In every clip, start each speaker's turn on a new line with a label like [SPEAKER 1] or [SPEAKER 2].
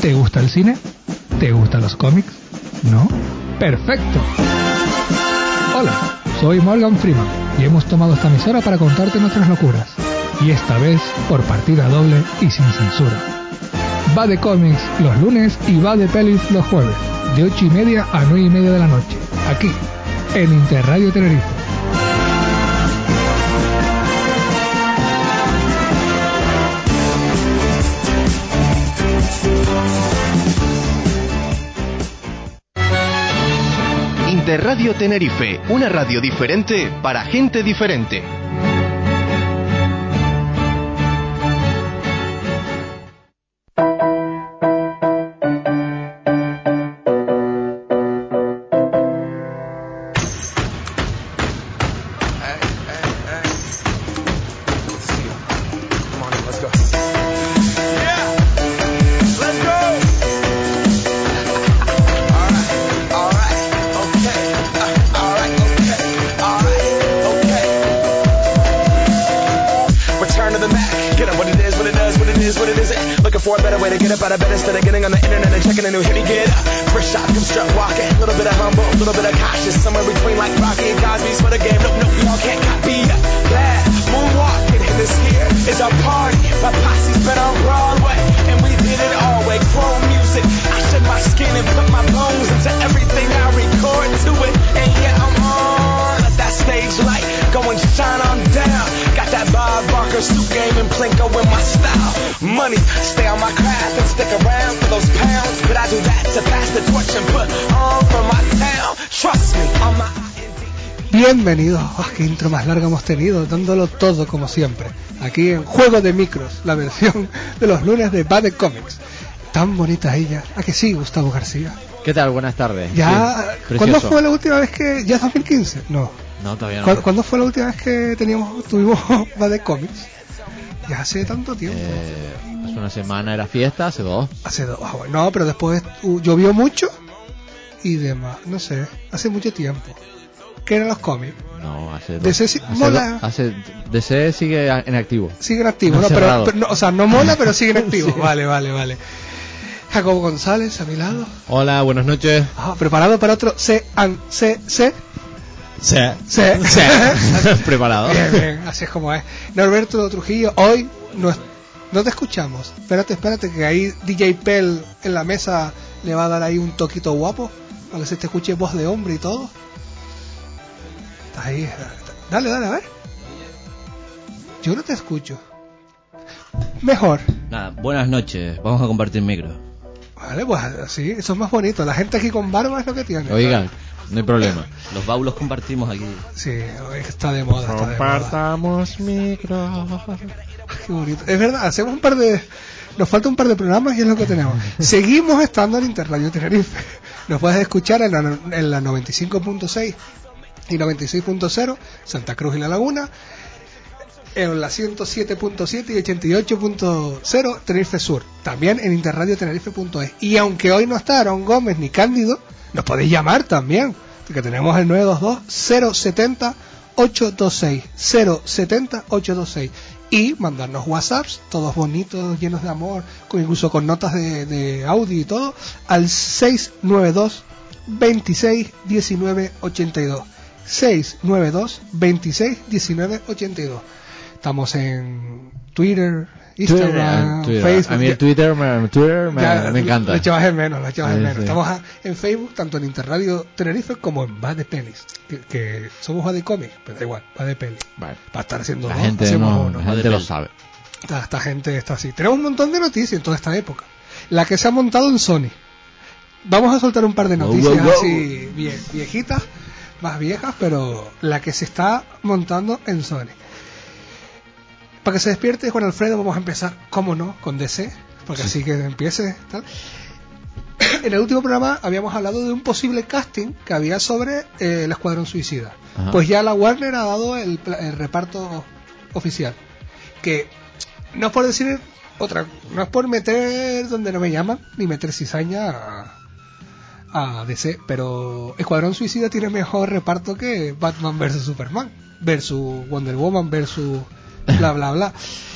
[SPEAKER 1] ¿Te gusta el cine? ¿Te gustan los cómics? ¿No? ¡Perfecto! Hola, soy Morgan Freeman y hemos tomado esta emisora para contarte nuestras locuras. Y esta vez por partida doble y sin censura. Va de cómics los lunes y va de pelis los jueves, de 8 y media a 9 y media de la noche, aquí, en Interradio Tenerife.
[SPEAKER 2] Interradio Tenerife, una radio diferente para gente diferente.
[SPEAKER 1] Bienvenidos. Oh, ¡Qué intro más larga hemos tenido! Dándolo todo como siempre. Aquí en Juego de Micros, la versión de los lunes de Bad Comics. Tan bonita ella. ¿A que sí, Gustavo García?
[SPEAKER 3] ¿Qué tal? Buenas tardes.
[SPEAKER 1] Ya,
[SPEAKER 3] Sí,
[SPEAKER 1] ¿Cuándo
[SPEAKER 3] precioso.
[SPEAKER 1] fue la última vez que.? ¿Ya 2015? No.
[SPEAKER 3] No, todavía no.
[SPEAKER 1] ¿Cuándo, cuándo fue la última vez que teníamos, tuvimos Bad Comics? Ya hace tanto tiempo.
[SPEAKER 3] Eh, hace una semana era fiesta, hace dos.
[SPEAKER 1] Hace dos. ah, bueno, no, pero después uh, llovió mucho y demás. No sé. Hace mucho tiempo. ¿Qué eran los cómics?
[SPEAKER 3] No, hace dos.
[SPEAKER 1] DC sí-
[SPEAKER 3] hace
[SPEAKER 1] mola.
[SPEAKER 3] dos- hace- DC sigue a- en activo.
[SPEAKER 1] Siguen activos,
[SPEAKER 3] No,
[SPEAKER 1] no, pero,
[SPEAKER 3] cerrado.
[SPEAKER 1] pero no, o sea, no mola, pero siguen activos. Vale, vale, vale. Jacobo González a mi lado.
[SPEAKER 3] Hola, buenas noches.
[SPEAKER 1] Ah, preparado para otro C and C C
[SPEAKER 3] Sí.
[SPEAKER 1] C.
[SPEAKER 3] Preparado.
[SPEAKER 1] Bien, bien, así es como es. Norberto Trujillo, hoy no, es- no te escuchamos. Espérate, espérate que ahí DJ Pel en la mesa le va a dar ahí un toquito guapo para que se te escuche voz de hombre y todo. Estás ahí. eh, Dale, dale, a ver. Yo no te escucho. Mejor.
[SPEAKER 4] Nada, buenas noches. Vamos a compartir micro.
[SPEAKER 1] Vale, pues así, eso es más bonito. La gente aquí con barba es lo que tiene.
[SPEAKER 3] Oigan, no hay problema.
[SPEAKER 4] Los baulos compartimos aquí.
[SPEAKER 1] Sí, está de moda. Está de moda.
[SPEAKER 3] Compartamos micro.
[SPEAKER 1] Qué bonito. Es verdad, hacemos un par de. Nos falta un par de programas y es lo que tenemos. Seguimos estando en Interradio Tenerife. Nos puedes escuchar en la, en la 95.6 y 96.0, Santa Cruz y La Laguna. En la 107.7 y 88.0, Tenerife Sur. También en interradiotenerife.es. Y aunque hoy no está Aaron Gómez ni Cándido, nos podéis llamar también. Porque tenemos el 922-070-826. 070-826. Y mandarnos WhatsApps, todos bonitos, llenos de amor, con- incluso con notas de, de audio y todo, al 692 26 19 82. 692 26 19 82. Estamos en Twitter, Instagram, Facebook.
[SPEAKER 3] A mí el
[SPEAKER 1] ya-
[SPEAKER 3] Twitter me, Twitter me,
[SPEAKER 1] ya,
[SPEAKER 3] me encanta.
[SPEAKER 1] Lo echabas en menos, lo echabas en
[SPEAKER 3] Sí,
[SPEAKER 1] menos.
[SPEAKER 3] sí.
[SPEAKER 1] Estamos a- en Facebook, tanto en Interradio Tenerife como en Va de Pelis. Que, que somos Va de Comics, pero da igual, Va de Pelis.
[SPEAKER 3] Vale.
[SPEAKER 1] Para estar haciendo
[SPEAKER 3] La
[SPEAKER 1] dos,
[SPEAKER 3] gente,
[SPEAKER 1] hacemos
[SPEAKER 3] no-
[SPEAKER 1] uno.
[SPEAKER 3] la gente lo sabe.
[SPEAKER 1] Esta, esta gente está así. Tenemos un montón de noticias en toda esta época. La que se ha montado en Sony. Vamos a soltar un par de
[SPEAKER 3] Wow,
[SPEAKER 1] noticias
[SPEAKER 3] wow, wow.
[SPEAKER 1] así vie- viejitas, más viejas, pero la que se está montando en Sony. para que se despierte Juan Alfredo vamos a empezar, cómo no, con DC, porque así que empiece tal. En el último programa habíamos hablado de un posible casting que había sobre eh, el Escuadrón Suicida.
[SPEAKER 3] Ajá.
[SPEAKER 1] Pues ya la Warner ha dado el, pla- el reparto oficial. Que no es por decir otra, no es por meter donde no me llaman, ni meter cizaña a, a DC, pero Escuadrón Suicida tiene mejor reparto que Batman vs Superman, versus Wonder Woman, versus bla bla bla.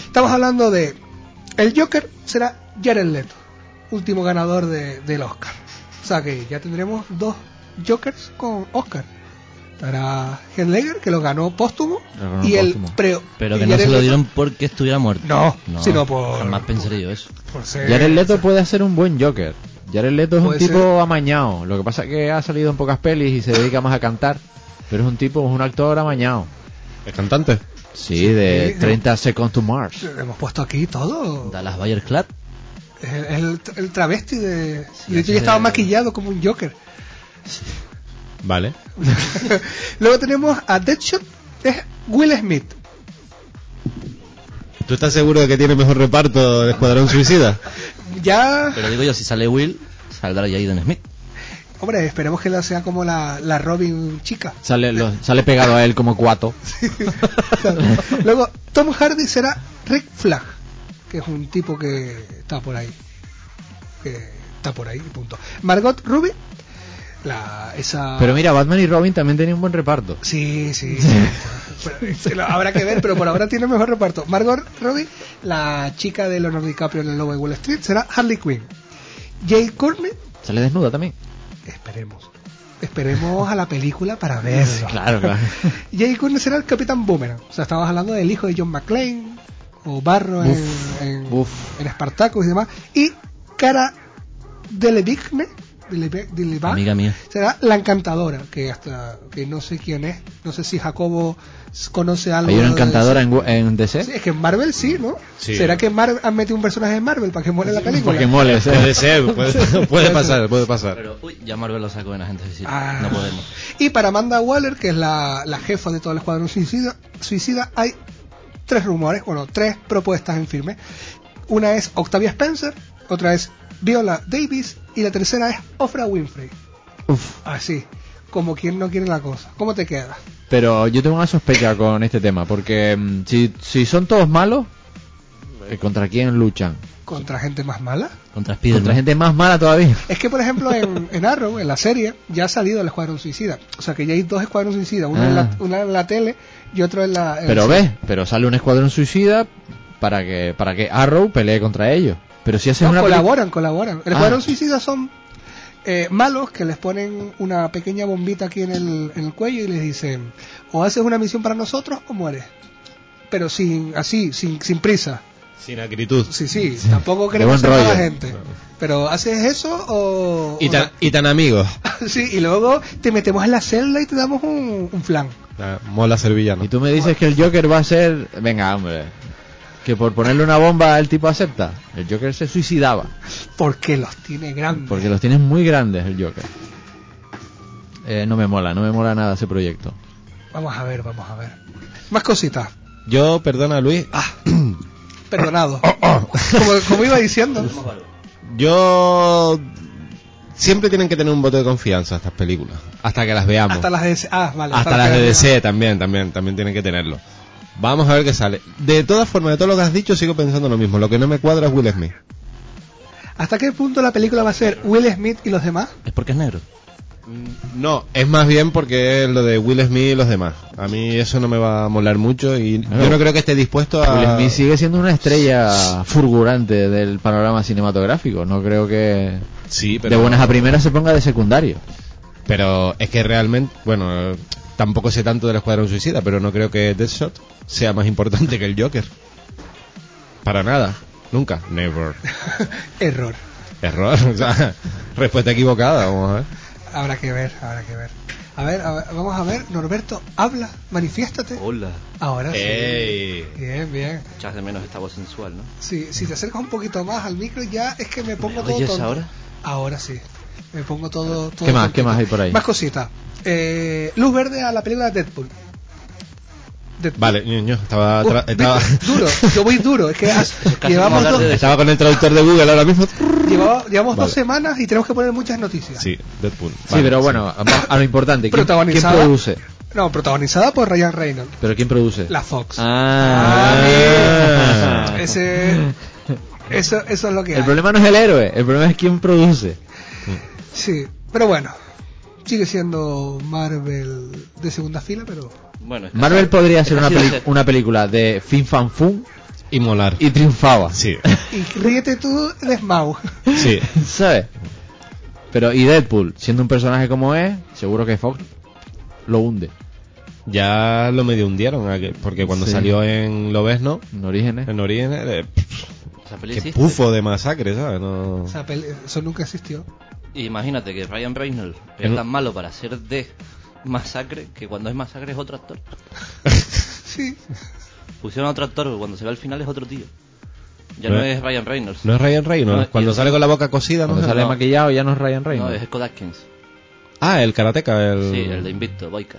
[SPEAKER 1] Estamos hablando de el Joker será Jared Leto, último ganador de- del Oscar. O sea que ya tendremos dos Jokers con Oscar. Estará Ledger que lo ganó póstumo
[SPEAKER 3] Lo ganó
[SPEAKER 1] y el
[SPEAKER 3] póstumo.
[SPEAKER 1] pre-
[SPEAKER 4] Pero
[SPEAKER 1] y
[SPEAKER 4] que no
[SPEAKER 1] Jared
[SPEAKER 4] se lo
[SPEAKER 1] Leto
[SPEAKER 4] dieron porque estuviera muerto.
[SPEAKER 1] No, pues- sino por-
[SPEAKER 4] Jamás pensaría yo eso.
[SPEAKER 1] por ser-
[SPEAKER 3] Jared Leto puede hacer un buen Joker. Jared Leto es un
[SPEAKER 1] Puede
[SPEAKER 3] tipo
[SPEAKER 1] ser.
[SPEAKER 3] amañado. Lo que pasa es que ha salido en pocas pelis y se dedica más a cantar. Pero es un tipo, es un actor amañado.
[SPEAKER 5] ¿Es cantante?
[SPEAKER 3] Sí, de
[SPEAKER 1] Sí,
[SPEAKER 3] 30 Seconds to Mars.
[SPEAKER 1] hemos puesto aquí todo.
[SPEAKER 4] Dallas Bayer Club.
[SPEAKER 1] Es el, el- el travesti de.
[SPEAKER 4] Sí,
[SPEAKER 1] de hecho,
[SPEAKER 4] ese-
[SPEAKER 1] ya estaba maquillado como un Joker.
[SPEAKER 5] Vale.
[SPEAKER 1] Luego tenemos a Deadshot, es Will Smith.
[SPEAKER 5] ¿Tú estás seguro de que tiene mejor reparto el Escuadrón Suicida?
[SPEAKER 1] Ya,
[SPEAKER 4] Pero digo yo, si sale Will, saldrá Jaden Smith.
[SPEAKER 1] hombre, esperemos que la sea como la, la Robin chica.
[SPEAKER 3] Sale, lo- sale pegado a él como cuato.
[SPEAKER 1] Luego, Tom Hardy será Rick Flag, que es un tipo que está por ahí. Que está por ahí, punto. Margot Ruby, la,
[SPEAKER 4] Ah.
[SPEAKER 1] esa.
[SPEAKER 3] Pero mira, Batman y Robin también tenían un buen reparto.
[SPEAKER 1] Sí, sí. Pero, se lo- habrá que ver, pero por ahora tiene mejor reparto. Margot Robbie, la chica de Leonardo DiCaprio en el Lobo de Wall Street, será Harley Quinn. Jay Courtney,
[SPEAKER 3] Sale desnuda también.
[SPEAKER 1] esperemos. Esperemos a la película para verlo.
[SPEAKER 3] Claro, claro.
[SPEAKER 1] Jay Courtney será el Capitán Boomerang. O sea, estabas hablando del hijo de John McClane, o Barro en- en,
[SPEAKER 3] uf.
[SPEAKER 1] en Spartacus y demás. Y Cara Delevingne, Deleve- Delevingne,
[SPEAKER 4] Amiga mía.
[SPEAKER 1] será la encantadora que hasta que no sé quién es no sé si Jacobo s- conoce algo
[SPEAKER 3] Hay una
[SPEAKER 1] de
[SPEAKER 3] encantadora
[SPEAKER 1] eso.
[SPEAKER 3] en, en DC.
[SPEAKER 1] Sí, es que en Marvel sí no
[SPEAKER 5] Sí.
[SPEAKER 1] será que en Marvel han metido un personaje de Marvel para que muera la película
[SPEAKER 3] Porque mole, sí.
[SPEAKER 5] Puede ser, puede, puede pasar, puede pasar.
[SPEAKER 4] Pero, uy, ya Marvel lo sacó en Agentes Visibles.
[SPEAKER 1] Ah.
[SPEAKER 4] No podemos.
[SPEAKER 1] y para Amanda Waller que es la, la jefa de todo el escuadrón suicida suicida hay tres rumores bueno tres propuestas en firme una es Octavia Spencer otra es Viola Davis y la tercera es Ofra Winfrey
[SPEAKER 3] Uf.
[SPEAKER 1] así como quien no quiere la cosa cómo te queda
[SPEAKER 3] Pero yo tengo una sospecha con este tema, porque mm, si, si son todos malos, eh, ¿contra quién luchan?
[SPEAKER 1] contra gente más mala
[SPEAKER 4] Contra Spiderman.
[SPEAKER 3] Contra gente más mala todavía.
[SPEAKER 1] Es que, por ejemplo, en, en Arrow, en la serie, ya ha salido el Escuadrón Suicida. O sea, que ya hay dos Escuadrón Suicida. Uno, en, la,
[SPEAKER 3] Ah.
[SPEAKER 1] una en la tele y otro en la... en
[SPEAKER 3] Pero
[SPEAKER 1] el-
[SPEAKER 3] ves, pero sale un escuadrón suicida para que para que Arrow pelee contra ellos. Pero si haces
[SPEAKER 1] No,
[SPEAKER 3] una peli-
[SPEAKER 1] colaboran, colaboran. El
[SPEAKER 3] Ah.
[SPEAKER 1] Escuadrón Suicida son eh, malos que les ponen una pequeña bombita aquí en el, en el cuello y les dicen o haces una misión para nosotros o mueres. Pero sin así, sin, sin prisa.
[SPEAKER 5] Sin acritud.
[SPEAKER 1] Sí, sí, tampoco
[SPEAKER 3] De
[SPEAKER 1] queremos
[SPEAKER 3] buen
[SPEAKER 1] ser mala
[SPEAKER 3] rollo.
[SPEAKER 1] gente. Pero haces eso o...
[SPEAKER 5] Y
[SPEAKER 1] o
[SPEAKER 5] tan, y tan amigos.
[SPEAKER 1] la- sí, y luego te metemos en la celda y te damos un, un flan.
[SPEAKER 5] Ah, Mola ser villano.
[SPEAKER 3] Y tú me dices que el Joker va a ser, venga, hombre, que por ponerle una bomba el tipo acepta. El Joker se suicidaba,
[SPEAKER 1] Porque los tiene grandes.
[SPEAKER 3] porque los tienes muy grandes el Joker. Eh, no me mola, no me mola nada ese proyecto.
[SPEAKER 1] Vamos a ver, vamos a ver. Más cositas.
[SPEAKER 5] Yo, perdona Luis, ah,
[SPEAKER 1] Perdonado. como, como iba diciendo.
[SPEAKER 5] yo... Siempre tienen que tener un voto de confianza estas películas. Hasta que las veamos.
[SPEAKER 1] Hasta las de DC. Ah, vale.
[SPEAKER 5] Hasta las de
[SPEAKER 1] que-
[SPEAKER 5] DC también, también, también tienen que tenerlo. Vamos a ver qué sale. De todas formas, de todo lo que has dicho, sigo pensando lo mismo. Lo que no me cuadra es Will Smith.
[SPEAKER 1] ¿Hasta qué punto la película va a ser Will Smith y los demás?
[SPEAKER 4] Es porque es negro.
[SPEAKER 5] No, es más bien porque es lo de Will Smith y los demás. A mí eso no me va a molar mucho y yo no creo que esté dispuesto a...
[SPEAKER 3] Ah, Will Smith sigue siendo una estrella fulgurante del panorama cinematográfico. No creo que
[SPEAKER 5] Sí, pero...
[SPEAKER 3] de buenas a primeras se ponga de secundario.
[SPEAKER 5] Pero es que realmente, bueno, eh, tampoco sé tanto del Escuadrón Suicida, pero no creo que Deadshot sea más importante que el Joker. Para nada. Nunca. Never.
[SPEAKER 1] Error.
[SPEAKER 5] Error. O sea, respuesta equivocada. Vamos a ver.
[SPEAKER 1] Habrá que ver, habrá que ver. A ver, a ver, vamos a ver. Norberto, habla, manifiéstate.
[SPEAKER 4] Hola.
[SPEAKER 1] Ahora sí.
[SPEAKER 5] Ey.
[SPEAKER 1] Bien, bien.
[SPEAKER 4] Echas de menos esta voz sensual, ¿no?
[SPEAKER 1] Si, si te acercas un poquito más al micro, ya es que me pongo todo
[SPEAKER 4] oyes
[SPEAKER 1] tonto.
[SPEAKER 4] ahora?
[SPEAKER 1] Ahora sí. Me pongo todo. todo
[SPEAKER 3] ¿Qué más?
[SPEAKER 1] tontito.
[SPEAKER 3] ¿Qué más hay por ahí?
[SPEAKER 1] Más cositas. Eh, luz verde a la película de Deadpool. de-
[SPEAKER 5] Vale, ñoño, estaba,
[SPEAKER 1] Uh,
[SPEAKER 5] tra-
[SPEAKER 1] ¿viste?
[SPEAKER 5] estaba,
[SPEAKER 1] Duro, yo voy duro. Es que has-
[SPEAKER 4] casi
[SPEAKER 1] llevamos,
[SPEAKER 4] como
[SPEAKER 1] dos,
[SPEAKER 4] hablar de-
[SPEAKER 5] estaba con el traductor de Google ahora mismo.
[SPEAKER 1] llevaba- llevamos dos
[SPEAKER 5] Vale.
[SPEAKER 1] semanas y tenemos que poner muchas noticias.
[SPEAKER 5] Sí, Deadpool.
[SPEAKER 3] Sí, pero bueno, a, a lo importante. ¿Quién, quién
[SPEAKER 1] Protagonizada.
[SPEAKER 3] produce?
[SPEAKER 1] No, protagonizada por Ryan Reynolds,
[SPEAKER 3] ¿Pero quién produce?
[SPEAKER 1] la Fox.
[SPEAKER 3] Ah.
[SPEAKER 5] Ah,
[SPEAKER 1] Ese, eso, eso es lo que
[SPEAKER 3] El
[SPEAKER 1] hay.
[SPEAKER 3] problema no es el héroe, el problema es quién produce.
[SPEAKER 1] Sí, pero bueno, sigue siendo Marvel de segunda fila, pero
[SPEAKER 4] Bueno, es que-
[SPEAKER 3] Marvel podría
[SPEAKER 4] es
[SPEAKER 3] hacer una,
[SPEAKER 4] así de
[SPEAKER 3] peli-
[SPEAKER 4] ser.
[SPEAKER 3] una película de Fin Fan Fun
[SPEAKER 5] Y molar.
[SPEAKER 3] y triunfaba.
[SPEAKER 5] Sí,
[SPEAKER 1] y ríete tú de Smaug.
[SPEAKER 5] sí.
[SPEAKER 3] ¿Sabes? Pero y Deadpool, siendo un personaje como es, seguro que Fox lo hunde.
[SPEAKER 5] Ya lo medio hundieron, ¿a que- porque cuando
[SPEAKER 3] Sí.
[SPEAKER 5] salió en Lobesno,
[SPEAKER 3] En orígenes.
[SPEAKER 5] en Origen, eh, pff,
[SPEAKER 4] esa peli
[SPEAKER 5] qué
[SPEAKER 4] existe.
[SPEAKER 5] pufo de masacre, ¿sabes? No...
[SPEAKER 1] O sea, pele- eso nunca existió.
[SPEAKER 4] Imagínate que Ryan Reynolds
[SPEAKER 5] En-
[SPEAKER 4] es tan malo para hacer de masacre que cuando es masacre es otro actor.
[SPEAKER 1] Sí,
[SPEAKER 4] Pusieron a otro actor, pero cuando se ve al final es otro tío. Ya no,
[SPEAKER 5] No es-
[SPEAKER 4] es Ryan Reynolds.
[SPEAKER 5] No es Ryan Reynolds,
[SPEAKER 4] No,
[SPEAKER 5] cuando
[SPEAKER 4] y-
[SPEAKER 5] sale con la boca cosida, no
[SPEAKER 3] Cuando
[SPEAKER 5] sé.
[SPEAKER 3] sale
[SPEAKER 4] no.
[SPEAKER 3] maquillado ya no es Ryan
[SPEAKER 4] No,
[SPEAKER 3] Reynolds.
[SPEAKER 4] es Scott Atkins.
[SPEAKER 5] Ah, el karateca, el,
[SPEAKER 4] Sí, el de Invicto, Boyka.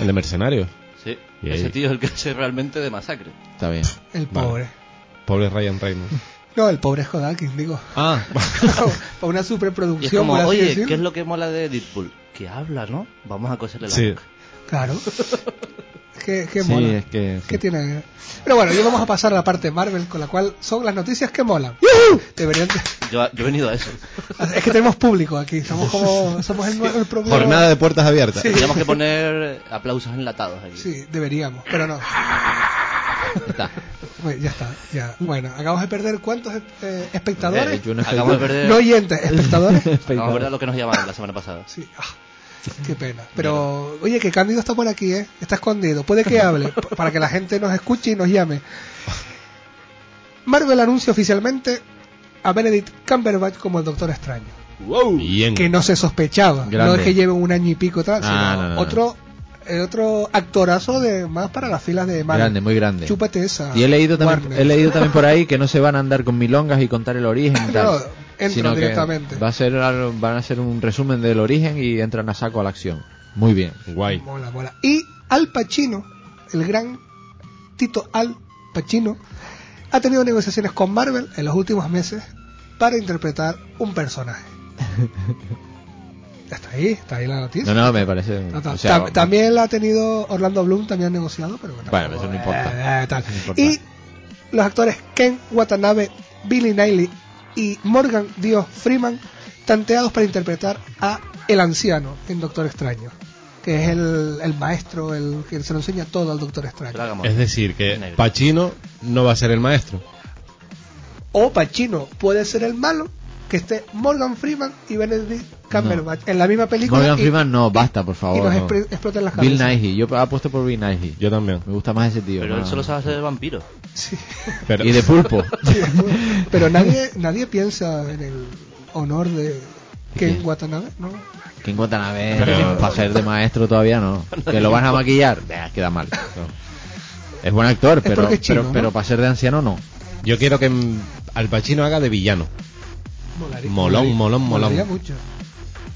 [SPEAKER 5] el de mercenario.
[SPEAKER 4] Sí.
[SPEAKER 5] Y ahí-
[SPEAKER 4] Ese tío es el que hace realmente de masacre.
[SPEAKER 3] Está bien.
[SPEAKER 1] el
[SPEAKER 5] Vale.
[SPEAKER 1] pobre.
[SPEAKER 5] Pobre Ryan Reynolds.
[SPEAKER 1] No, el pobre Jodakis, digo.
[SPEAKER 5] Ah,
[SPEAKER 1] Para una
[SPEAKER 4] Y es
[SPEAKER 1] superproducción,
[SPEAKER 4] como,
[SPEAKER 1] por así
[SPEAKER 4] oye,
[SPEAKER 1] decirlo.
[SPEAKER 4] ¿qué es lo que mola de Deadpool? Que habla, ¿no? Vamos a coserle la
[SPEAKER 5] sí.
[SPEAKER 4] boca.
[SPEAKER 1] Claro. qué qué
[SPEAKER 3] sí,
[SPEAKER 1] mola.
[SPEAKER 3] es que. sí.
[SPEAKER 1] ¿Qué tiene? Pero bueno, ya vamos a pasar a la parte de Marvel, con la cual son las noticias que molan. Deberían de-
[SPEAKER 4] Yo, yo he venido a eso.
[SPEAKER 1] Es que tenemos público aquí, somos como somos el, el propio.
[SPEAKER 5] Jornada de puertas abiertas.
[SPEAKER 1] Sí.
[SPEAKER 4] Tenemos que poner aplausos enlatados aquí.
[SPEAKER 1] Sí, deberíamos, pero no.
[SPEAKER 3] Está.
[SPEAKER 1] Bueno, ya está, ya. Bueno, acabamos de perder cuántos eh,
[SPEAKER 3] Eh,
[SPEAKER 1] espectadores.
[SPEAKER 3] yo no
[SPEAKER 4] Acabamos de perder,
[SPEAKER 1] No oyentes, espectadores.
[SPEAKER 4] acabamos de perder lo que nos llamaron la semana pasada.
[SPEAKER 1] Sí. ah, qué pena. Pero, oye, que Cándido está por aquí, ¿eh? Está escondido. Puede que hable, p- para que la gente nos escuche y nos llame. Marvel anuncia oficialmente a Benedict Cumberbatch como el Doctor Extraño.
[SPEAKER 5] Oh, Bien.
[SPEAKER 1] Que no se sospechaba. No
[SPEAKER 3] Grande.
[SPEAKER 1] es que lleven un año y pico atrás,
[SPEAKER 3] Ah,
[SPEAKER 1] sino
[SPEAKER 3] no, no, no.
[SPEAKER 1] otro... eh, otro actorazo de más para las filas de Marvel.
[SPEAKER 3] Grande, muy grande.
[SPEAKER 1] Chúpate esa.
[SPEAKER 3] Y he leído, también,
[SPEAKER 1] Warner.
[SPEAKER 3] he leído también por ahí que no se van a andar con milongas y contar el origen y tal.
[SPEAKER 1] No, entran
[SPEAKER 3] sino que
[SPEAKER 1] directamente.
[SPEAKER 3] Va a ser, algo- van a hacer un resumen del origen y entran a saco a la acción. Muy bien.
[SPEAKER 5] Guay.
[SPEAKER 1] Mola, mola. Y Al Pacino, el gran Tito Al Pacino, ha tenido negociaciones con Marvel en los últimos meses para interpretar un personaje. Está ahí, está ahí la noticia.
[SPEAKER 3] No, no, me parece.
[SPEAKER 1] No, ta-
[SPEAKER 3] o sea,
[SPEAKER 1] tam- también la ha tenido Orlando Bloom, también ha negociado, pero bueno.
[SPEAKER 3] Bueno,
[SPEAKER 1] tampoco-
[SPEAKER 3] eso no importa.
[SPEAKER 1] eh, eh, tal.
[SPEAKER 3] No importa.
[SPEAKER 1] Y los actores Ken Watanabe, Billy Niley y Morgan Dio Freeman, tanteados para interpretar a el anciano en Doctor Extraño, que es el, el maestro, el que se lo enseña todo al Doctor
[SPEAKER 4] Que lo
[SPEAKER 1] Extraño.
[SPEAKER 4] hagamos.
[SPEAKER 5] Es decir, que
[SPEAKER 4] Negro.
[SPEAKER 5] Pacino no va a ser el maestro.
[SPEAKER 1] O Pacino puede ser el malo, que esté Morgan Freeman y Benedict Cumberbatch en la misma película.
[SPEAKER 3] Morgan
[SPEAKER 1] y-
[SPEAKER 3] Freeman, no, basta, por favor.
[SPEAKER 1] y nos
[SPEAKER 3] no.
[SPEAKER 1] expre- explotan las
[SPEAKER 3] Bill
[SPEAKER 1] cabezas.
[SPEAKER 3] Nighy, yo apuesto por Bill Nighy.
[SPEAKER 5] Yo también.
[SPEAKER 3] Me gusta más ese tío.
[SPEAKER 4] Pero
[SPEAKER 3] no.
[SPEAKER 4] él solo sabe hacer de vampiro.
[SPEAKER 1] Sí.
[SPEAKER 5] Pero,
[SPEAKER 3] Y de pulpo.
[SPEAKER 1] Pero nadie, nadie piensa en el honor de Ken
[SPEAKER 3] ¿Quién?
[SPEAKER 1] Watanabe, ¿no?
[SPEAKER 3] ¿Quién cuentan a ver?
[SPEAKER 5] Pero-
[SPEAKER 3] Para ser de maestro todavía no. Que lo van a maquillar, nah, queda mal. No. Es buen actor, pero,
[SPEAKER 1] porque es chino,
[SPEAKER 3] pero,
[SPEAKER 1] ¿no?
[SPEAKER 3] pero para ser de anciano no.
[SPEAKER 5] yo quiero que mm, Al Pacino haga de villano.
[SPEAKER 1] Molaría.
[SPEAKER 5] Molón, molón, molón.
[SPEAKER 1] Molaría mucho.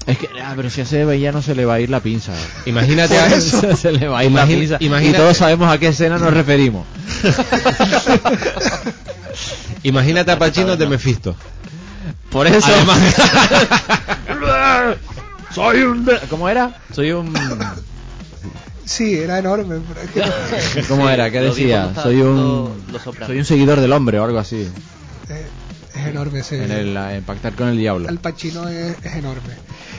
[SPEAKER 3] Es que, ah, pero si hace de villano se le va a ir la pinza.
[SPEAKER 5] Imagínate a
[SPEAKER 3] se le va a ir la pinza.
[SPEAKER 5] Imagina- imagínate-
[SPEAKER 3] Y todos sabemos a qué escena nos referimos.
[SPEAKER 5] Imagínate a Pacino de Mephisto.
[SPEAKER 3] Por eso.
[SPEAKER 5] Además-
[SPEAKER 3] soy un. de- ¿Cómo era? Soy un.
[SPEAKER 1] Sí, era enorme. pero es que no-
[SPEAKER 3] ¿Cómo
[SPEAKER 4] Sí,
[SPEAKER 3] era? ¿Qué
[SPEAKER 4] lo vi
[SPEAKER 3] decía?
[SPEAKER 4] cuando estaba
[SPEAKER 3] Soy un.
[SPEAKER 4] viendo Los Sopranos.
[SPEAKER 3] Soy un seguidor del hombre o algo así.
[SPEAKER 1] eh, es enorme ese.
[SPEAKER 3] En el en pactar con el diablo.
[SPEAKER 1] Al Pacino es, es enorme.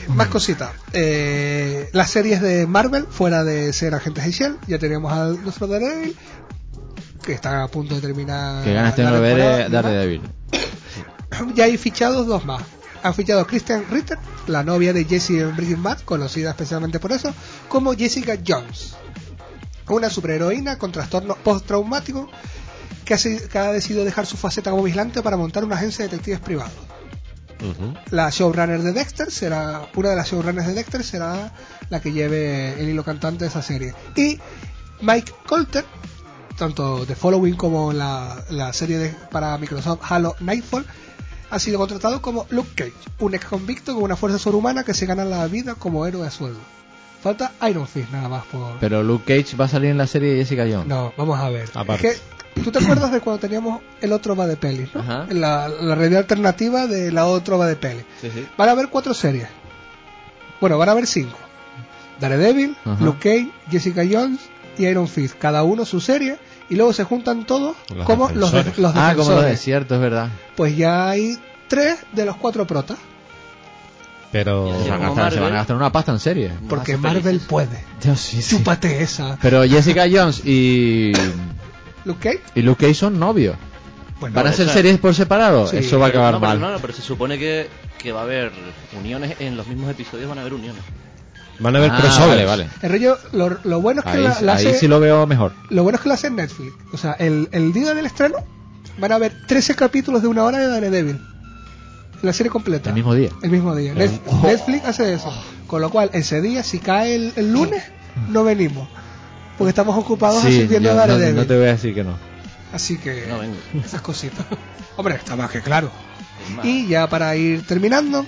[SPEAKER 1] Más cositas. Eh, las series de Marvel, fuera de ser Agentes de Shell, ya tenemos a nuestro Daredevil, que está a punto de terminar.
[SPEAKER 3] Que ganas
[SPEAKER 1] la
[SPEAKER 3] tengo de ver
[SPEAKER 4] pues,
[SPEAKER 1] temporada
[SPEAKER 3] eh,
[SPEAKER 1] y demás.
[SPEAKER 3] Daredevil.
[SPEAKER 1] Ya hay fichados dos más. Han fichado a Kristen Ritter, la novia de Jesse en Breaking Bad, conocida especialmente por eso, como Jessica Jones, una superheroína con trastorno postraumático que, ha si- que ha decidido dejar su faceta como vigilante para montar una agencia de detectives privados.
[SPEAKER 5] Ujú.
[SPEAKER 1] La showrunner de Dexter será, una de las showrunners de Dexter será la que lleve el hilo cantante de esa serie. Y Mike Colter, tanto de Following como la, la serie de- para Microsoft Halo Nightfall, ha sido contratado como Luke Cage, un ex convicto con una fuerza sobrehumana que se gana la vida como héroe a sueldo. Falta Iron Fist nada más por...
[SPEAKER 3] Pero Luke Cage va a salir en la serie de Jessica Jones.
[SPEAKER 1] No, vamos a ver.
[SPEAKER 5] Aparte.
[SPEAKER 1] Es que, ¿Tú te acuerdas de cuando teníamos el otro va de peli? ¿no?
[SPEAKER 3] Ajá.
[SPEAKER 1] La, la realidad alternativa de la otro va de peli.
[SPEAKER 4] Sí, sí.
[SPEAKER 1] Van a haber cuatro series. Bueno, van a haber cinco. Daredevil,
[SPEAKER 3] Ajá.
[SPEAKER 1] Luke Cage, Jessica Jones y Iron Fist. Cada uno su serie. Y luego se juntan todos
[SPEAKER 5] Los
[SPEAKER 1] como los, de-
[SPEAKER 5] defensores.
[SPEAKER 1] los
[SPEAKER 3] ah, como lo
[SPEAKER 1] defensores.
[SPEAKER 3] desierto, es verdad.
[SPEAKER 1] Pues ya hay tres de los cuatro protas.
[SPEAKER 5] Pero.
[SPEAKER 4] Ya,
[SPEAKER 3] Se
[SPEAKER 4] ya.
[SPEAKER 3] van, a
[SPEAKER 4] Como
[SPEAKER 3] gastar, se van a
[SPEAKER 4] Marvel.
[SPEAKER 3] gastar una pasta en serie.
[SPEAKER 4] Nos
[SPEAKER 1] Porque
[SPEAKER 4] hace
[SPEAKER 1] Marvel
[SPEAKER 4] felices.
[SPEAKER 1] puede.
[SPEAKER 3] Dios, sí, sí.
[SPEAKER 1] Chúpate esa.
[SPEAKER 3] Pero Jessica Jones y,
[SPEAKER 1] Luke Cage.
[SPEAKER 3] y Luke Cage son novios.
[SPEAKER 1] Bueno, pues,
[SPEAKER 3] ¿Van a
[SPEAKER 4] o
[SPEAKER 3] hacer
[SPEAKER 4] sea,
[SPEAKER 3] series por separado?
[SPEAKER 1] sí,
[SPEAKER 3] Eso va a
[SPEAKER 4] Pero-
[SPEAKER 3] acabar
[SPEAKER 4] no, pero
[SPEAKER 3] mal.
[SPEAKER 4] No, no, pero se supone que, que va a haber uniones en los mismos episodios, van a haber uniones.
[SPEAKER 5] Van a haber
[SPEAKER 3] Ah,
[SPEAKER 5] crossovers.
[SPEAKER 3] vale, vale.
[SPEAKER 1] el rollo, lo, lo bueno es que
[SPEAKER 3] Ahí,
[SPEAKER 1] la, la
[SPEAKER 3] ahí
[SPEAKER 1] hace-
[SPEAKER 3] sí lo veo mejor.
[SPEAKER 1] Lo bueno es que lo hace en Netflix. O sea, el, el día del estreno van a haber 13 capítulos de una hora de Daredevil. La serie completa.
[SPEAKER 3] El mismo día. Oh.
[SPEAKER 1] El mismo día. Net- Netflix hace eso. Con lo cual, ese día, si cae el, el lunes, no venimos. Porque estamos ocupados
[SPEAKER 3] Sí,
[SPEAKER 1] asistiendo
[SPEAKER 3] yo
[SPEAKER 1] a
[SPEAKER 3] no,
[SPEAKER 1] Daredevil.
[SPEAKER 3] no te voy a decir que no.
[SPEAKER 1] Así que
[SPEAKER 4] No vengo.
[SPEAKER 1] esas cositas. Hombre, está más que claro.
[SPEAKER 4] Es más,
[SPEAKER 1] Y ya para ir terminando.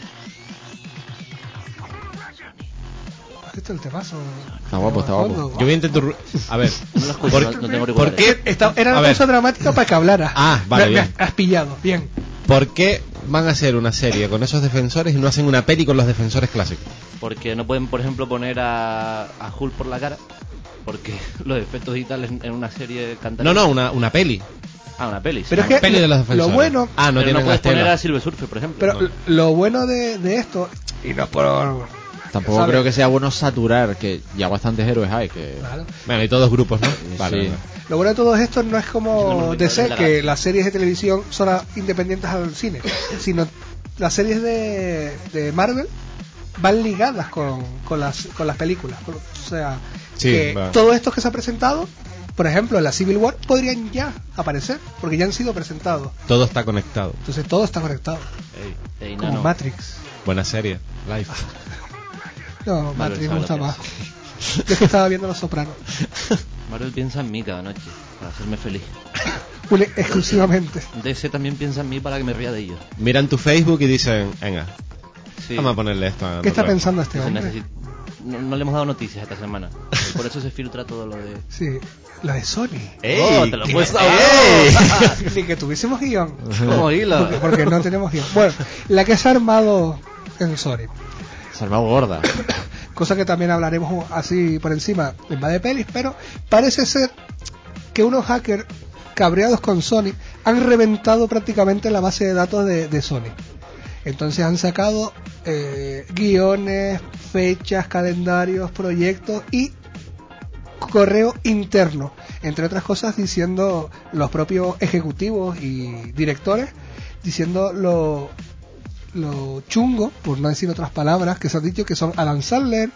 [SPEAKER 1] ¿Has visto el temazo?
[SPEAKER 3] Está guapo, está guapo.
[SPEAKER 1] Fondo,
[SPEAKER 5] Yo voy a intentar. A ver.
[SPEAKER 4] no lo escucho,
[SPEAKER 5] ¿Por-
[SPEAKER 4] no, no tengo
[SPEAKER 5] ¿Por
[SPEAKER 4] auriculares.
[SPEAKER 5] qué?
[SPEAKER 1] Esta- era
[SPEAKER 5] A
[SPEAKER 1] la
[SPEAKER 5] ver.
[SPEAKER 1] pausa dramática para que hablara.
[SPEAKER 5] Ah,
[SPEAKER 1] Me-
[SPEAKER 5] vale,
[SPEAKER 1] me
[SPEAKER 5] bien.
[SPEAKER 1] has- has pillado, bien.
[SPEAKER 5] ¿Por qué van a hacer una serie con esos defensores y no hacen una peli con los defensores clásicos?
[SPEAKER 4] Porque no pueden, por ejemplo, poner a, a Hulk por la cara. Porque los efectos digitales en en una serie cantan.
[SPEAKER 5] No, no, una, una peli.
[SPEAKER 4] Ah, una peli. sí.
[SPEAKER 1] Pero es que-
[SPEAKER 5] Una peli de
[SPEAKER 1] Eh,
[SPEAKER 5] los
[SPEAKER 1] lo
[SPEAKER 5] defensores.
[SPEAKER 1] bueno-
[SPEAKER 5] Ah, no
[SPEAKER 4] Pero
[SPEAKER 5] tienen
[SPEAKER 4] puedes
[SPEAKER 5] las telas.
[SPEAKER 4] poner a Silver Surfer, por ejemplo.
[SPEAKER 1] Pero lo bueno de, de esto, y no por.
[SPEAKER 3] Tampoco
[SPEAKER 1] ¿Sabes?
[SPEAKER 3] creo que sea bueno saturar, que ya bastantes héroes hay. Que...
[SPEAKER 1] Claro.
[SPEAKER 5] Bueno, y todos grupos, ¿no?
[SPEAKER 3] Sí.
[SPEAKER 5] Vale.
[SPEAKER 1] Lo bueno de todo esto no es
[SPEAKER 4] No, no,
[SPEAKER 1] como
[SPEAKER 4] no,
[SPEAKER 1] DC,
[SPEAKER 4] no, no,
[SPEAKER 1] que
[SPEAKER 4] no.
[SPEAKER 1] las series de televisión son a- independientes al cine, sino las series de, de Marvel van ligadas con, con, las, con las películas. Con- O sea,
[SPEAKER 5] Sí,
[SPEAKER 1] que
[SPEAKER 5] va.
[SPEAKER 1] todo esto que se ha presentado, por ejemplo, en la Civil War, podrían ya aparecer, porque ya han sido presentados.
[SPEAKER 5] Todo está conectado.
[SPEAKER 1] Entonces todo está conectado,
[SPEAKER 4] Ey,
[SPEAKER 1] como
[SPEAKER 4] no, no.
[SPEAKER 1] Matrix.
[SPEAKER 5] Buena serie. Life.
[SPEAKER 1] No, Matrix me
[SPEAKER 4] sabe
[SPEAKER 1] gusta
[SPEAKER 4] lo que
[SPEAKER 1] más. Yo es que estaba viendo Los Sopranos.
[SPEAKER 4] Marvel piensa en mí cada noche para hacerme feliz.
[SPEAKER 1] Une- exclusivamente.
[SPEAKER 4] DC también piensa en mí para que me ría de ellos.
[SPEAKER 5] Miran tu Facebook y dicen, venga,
[SPEAKER 4] Sí.
[SPEAKER 5] vamos a ponerle esto. a
[SPEAKER 1] ¿Qué está
[SPEAKER 5] Andorra".
[SPEAKER 1] pensando este
[SPEAKER 4] Se
[SPEAKER 1] hombre?
[SPEAKER 4] necesi- no, no le hemos dado noticias esta semana. Por eso se filtra todo lo de.
[SPEAKER 1] Sí, la de Sony.
[SPEAKER 5] ¡Ey!
[SPEAKER 4] Oh, te lo
[SPEAKER 5] tío,
[SPEAKER 4] puedes
[SPEAKER 5] ¡Ey!
[SPEAKER 1] Ni que tuviésemos guión.
[SPEAKER 4] ¿Cómo hilo?
[SPEAKER 1] Porque, porque no tenemos guión. Bueno, la que se ha armado en Sony.
[SPEAKER 3] Salvado gorda.
[SPEAKER 1] Cosa que también hablaremos así por encima en más de pelis, pero parece ser que unos hackers cabreados con Sony han reventado prácticamente la base de datos de, de Sony. Entonces han sacado eh, guiones, fechas, calendarios, proyectos y correo interno, entre otras cosas diciendo los propios ejecutivos y directores, diciendo lo, lo chungo, por no decir otras palabras, que se han dicho que son Adam Sandler,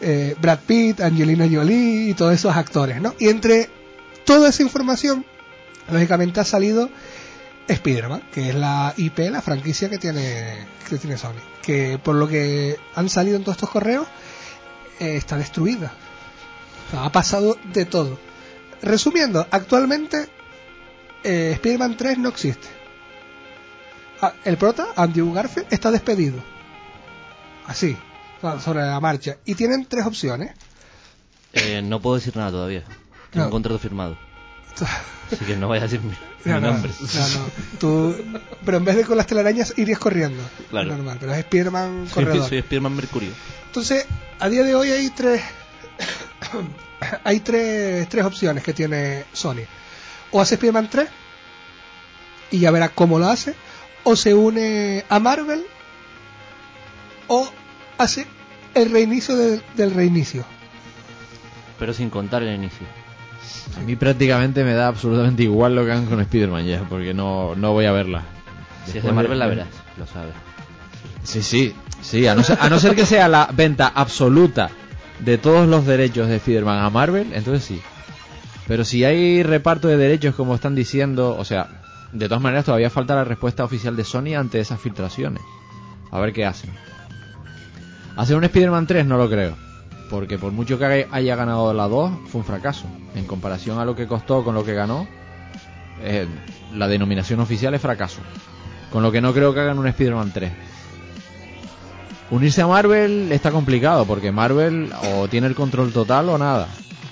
[SPEAKER 1] eh, Brad Pitt, Angelina Jolie y todos esos actores, ¿no? Y entre toda esa información, lógicamente ha salido Spider-Man, que es la IP, la franquicia que tiene, que tiene Sony, que por lo que han salido en todos estos correos, eh, está destruida. O sea, ha pasado de todo. Resumiendo, actualmente eh, Spider-Man 3 no existe. Ah, el prota, Andrew Garfield, está despedido. Así,
[SPEAKER 4] Ah.
[SPEAKER 1] so- sobre la marcha. Y tienen tres opciones.
[SPEAKER 4] Eh, no puedo decir nada todavía.
[SPEAKER 1] No.
[SPEAKER 4] Tengo un contrato firmado. Así que no voy a decir mi, mi
[SPEAKER 1] No, no,
[SPEAKER 4] nombre.
[SPEAKER 1] no, no. Tú- pero en vez de con las telarañas irías corriendo.
[SPEAKER 4] Claro.
[SPEAKER 1] Normal, pero es Spider-Man
[SPEAKER 4] Soy-
[SPEAKER 1] corredor.
[SPEAKER 4] Soy Spiderman Mercurio.
[SPEAKER 1] Entonces, a día de hoy hay tres hay tres, tres opciones que tiene Sony. O hace Spider-Man 3 y ya verá cómo lo hace, o se une a Marvel o hace el reinicio de- del reinicio.
[SPEAKER 4] Pero sin contar el inicio.
[SPEAKER 3] A mí prácticamente me da absolutamente igual lo que hagan con Spider-Man ya, porque no, no voy a verla.
[SPEAKER 4] Si es de
[SPEAKER 3] Después
[SPEAKER 4] Marvel,
[SPEAKER 3] de-
[SPEAKER 4] la verás. Lo sabes.
[SPEAKER 3] Sí, sí, sí, a no, ser, a no ser que sea la venta absoluta de todos los derechos de Spider-Man a Marvel, entonces sí. Pero si hay reparto de derechos como están diciendo, o sea, de todas maneras todavía falta la respuesta oficial de Sony ante esas filtraciones. A ver qué hacen. Hacer un Spider-Man 3 no lo creo. Porque por mucho que haya- haya ganado la 2, fue un fracaso. En comparación a lo que costó con lo que ganó, eh, la denominación oficial es fracaso. Con lo que no creo que hagan un Spider-Man 3. Unirse a Marvel está complicado porque Marvel o tiene el control total o nada.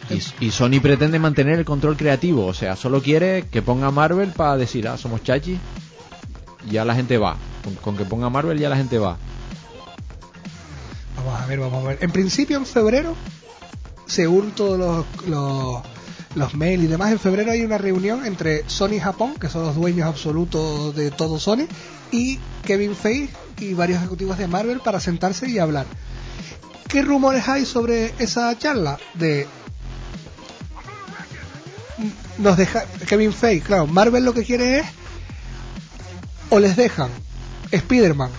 [SPEAKER 3] Y, y Sony pretende mantener el control creativo, o sea, solo quiere que ponga Marvel para decir, ah, somos chachi, ya la gente va. Con, con que ponga Marvel ya la gente va.
[SPEAKER 1] Vamos a ver, vamos a ver. En principio, en febrero, según todos los, los, los mails y demás, en febrero hay una reunión entre Sony Japón, que son los dueños absolutos de todo Sony, y Kevin Feige y varios ejecutivos de Marvel para sentarse y hablar. ¿Qué rumores hay sobre esa charla? De. Nos deja. Kevin Feige, claro, Marvel lo que quiere es. O les dejan Spider-Man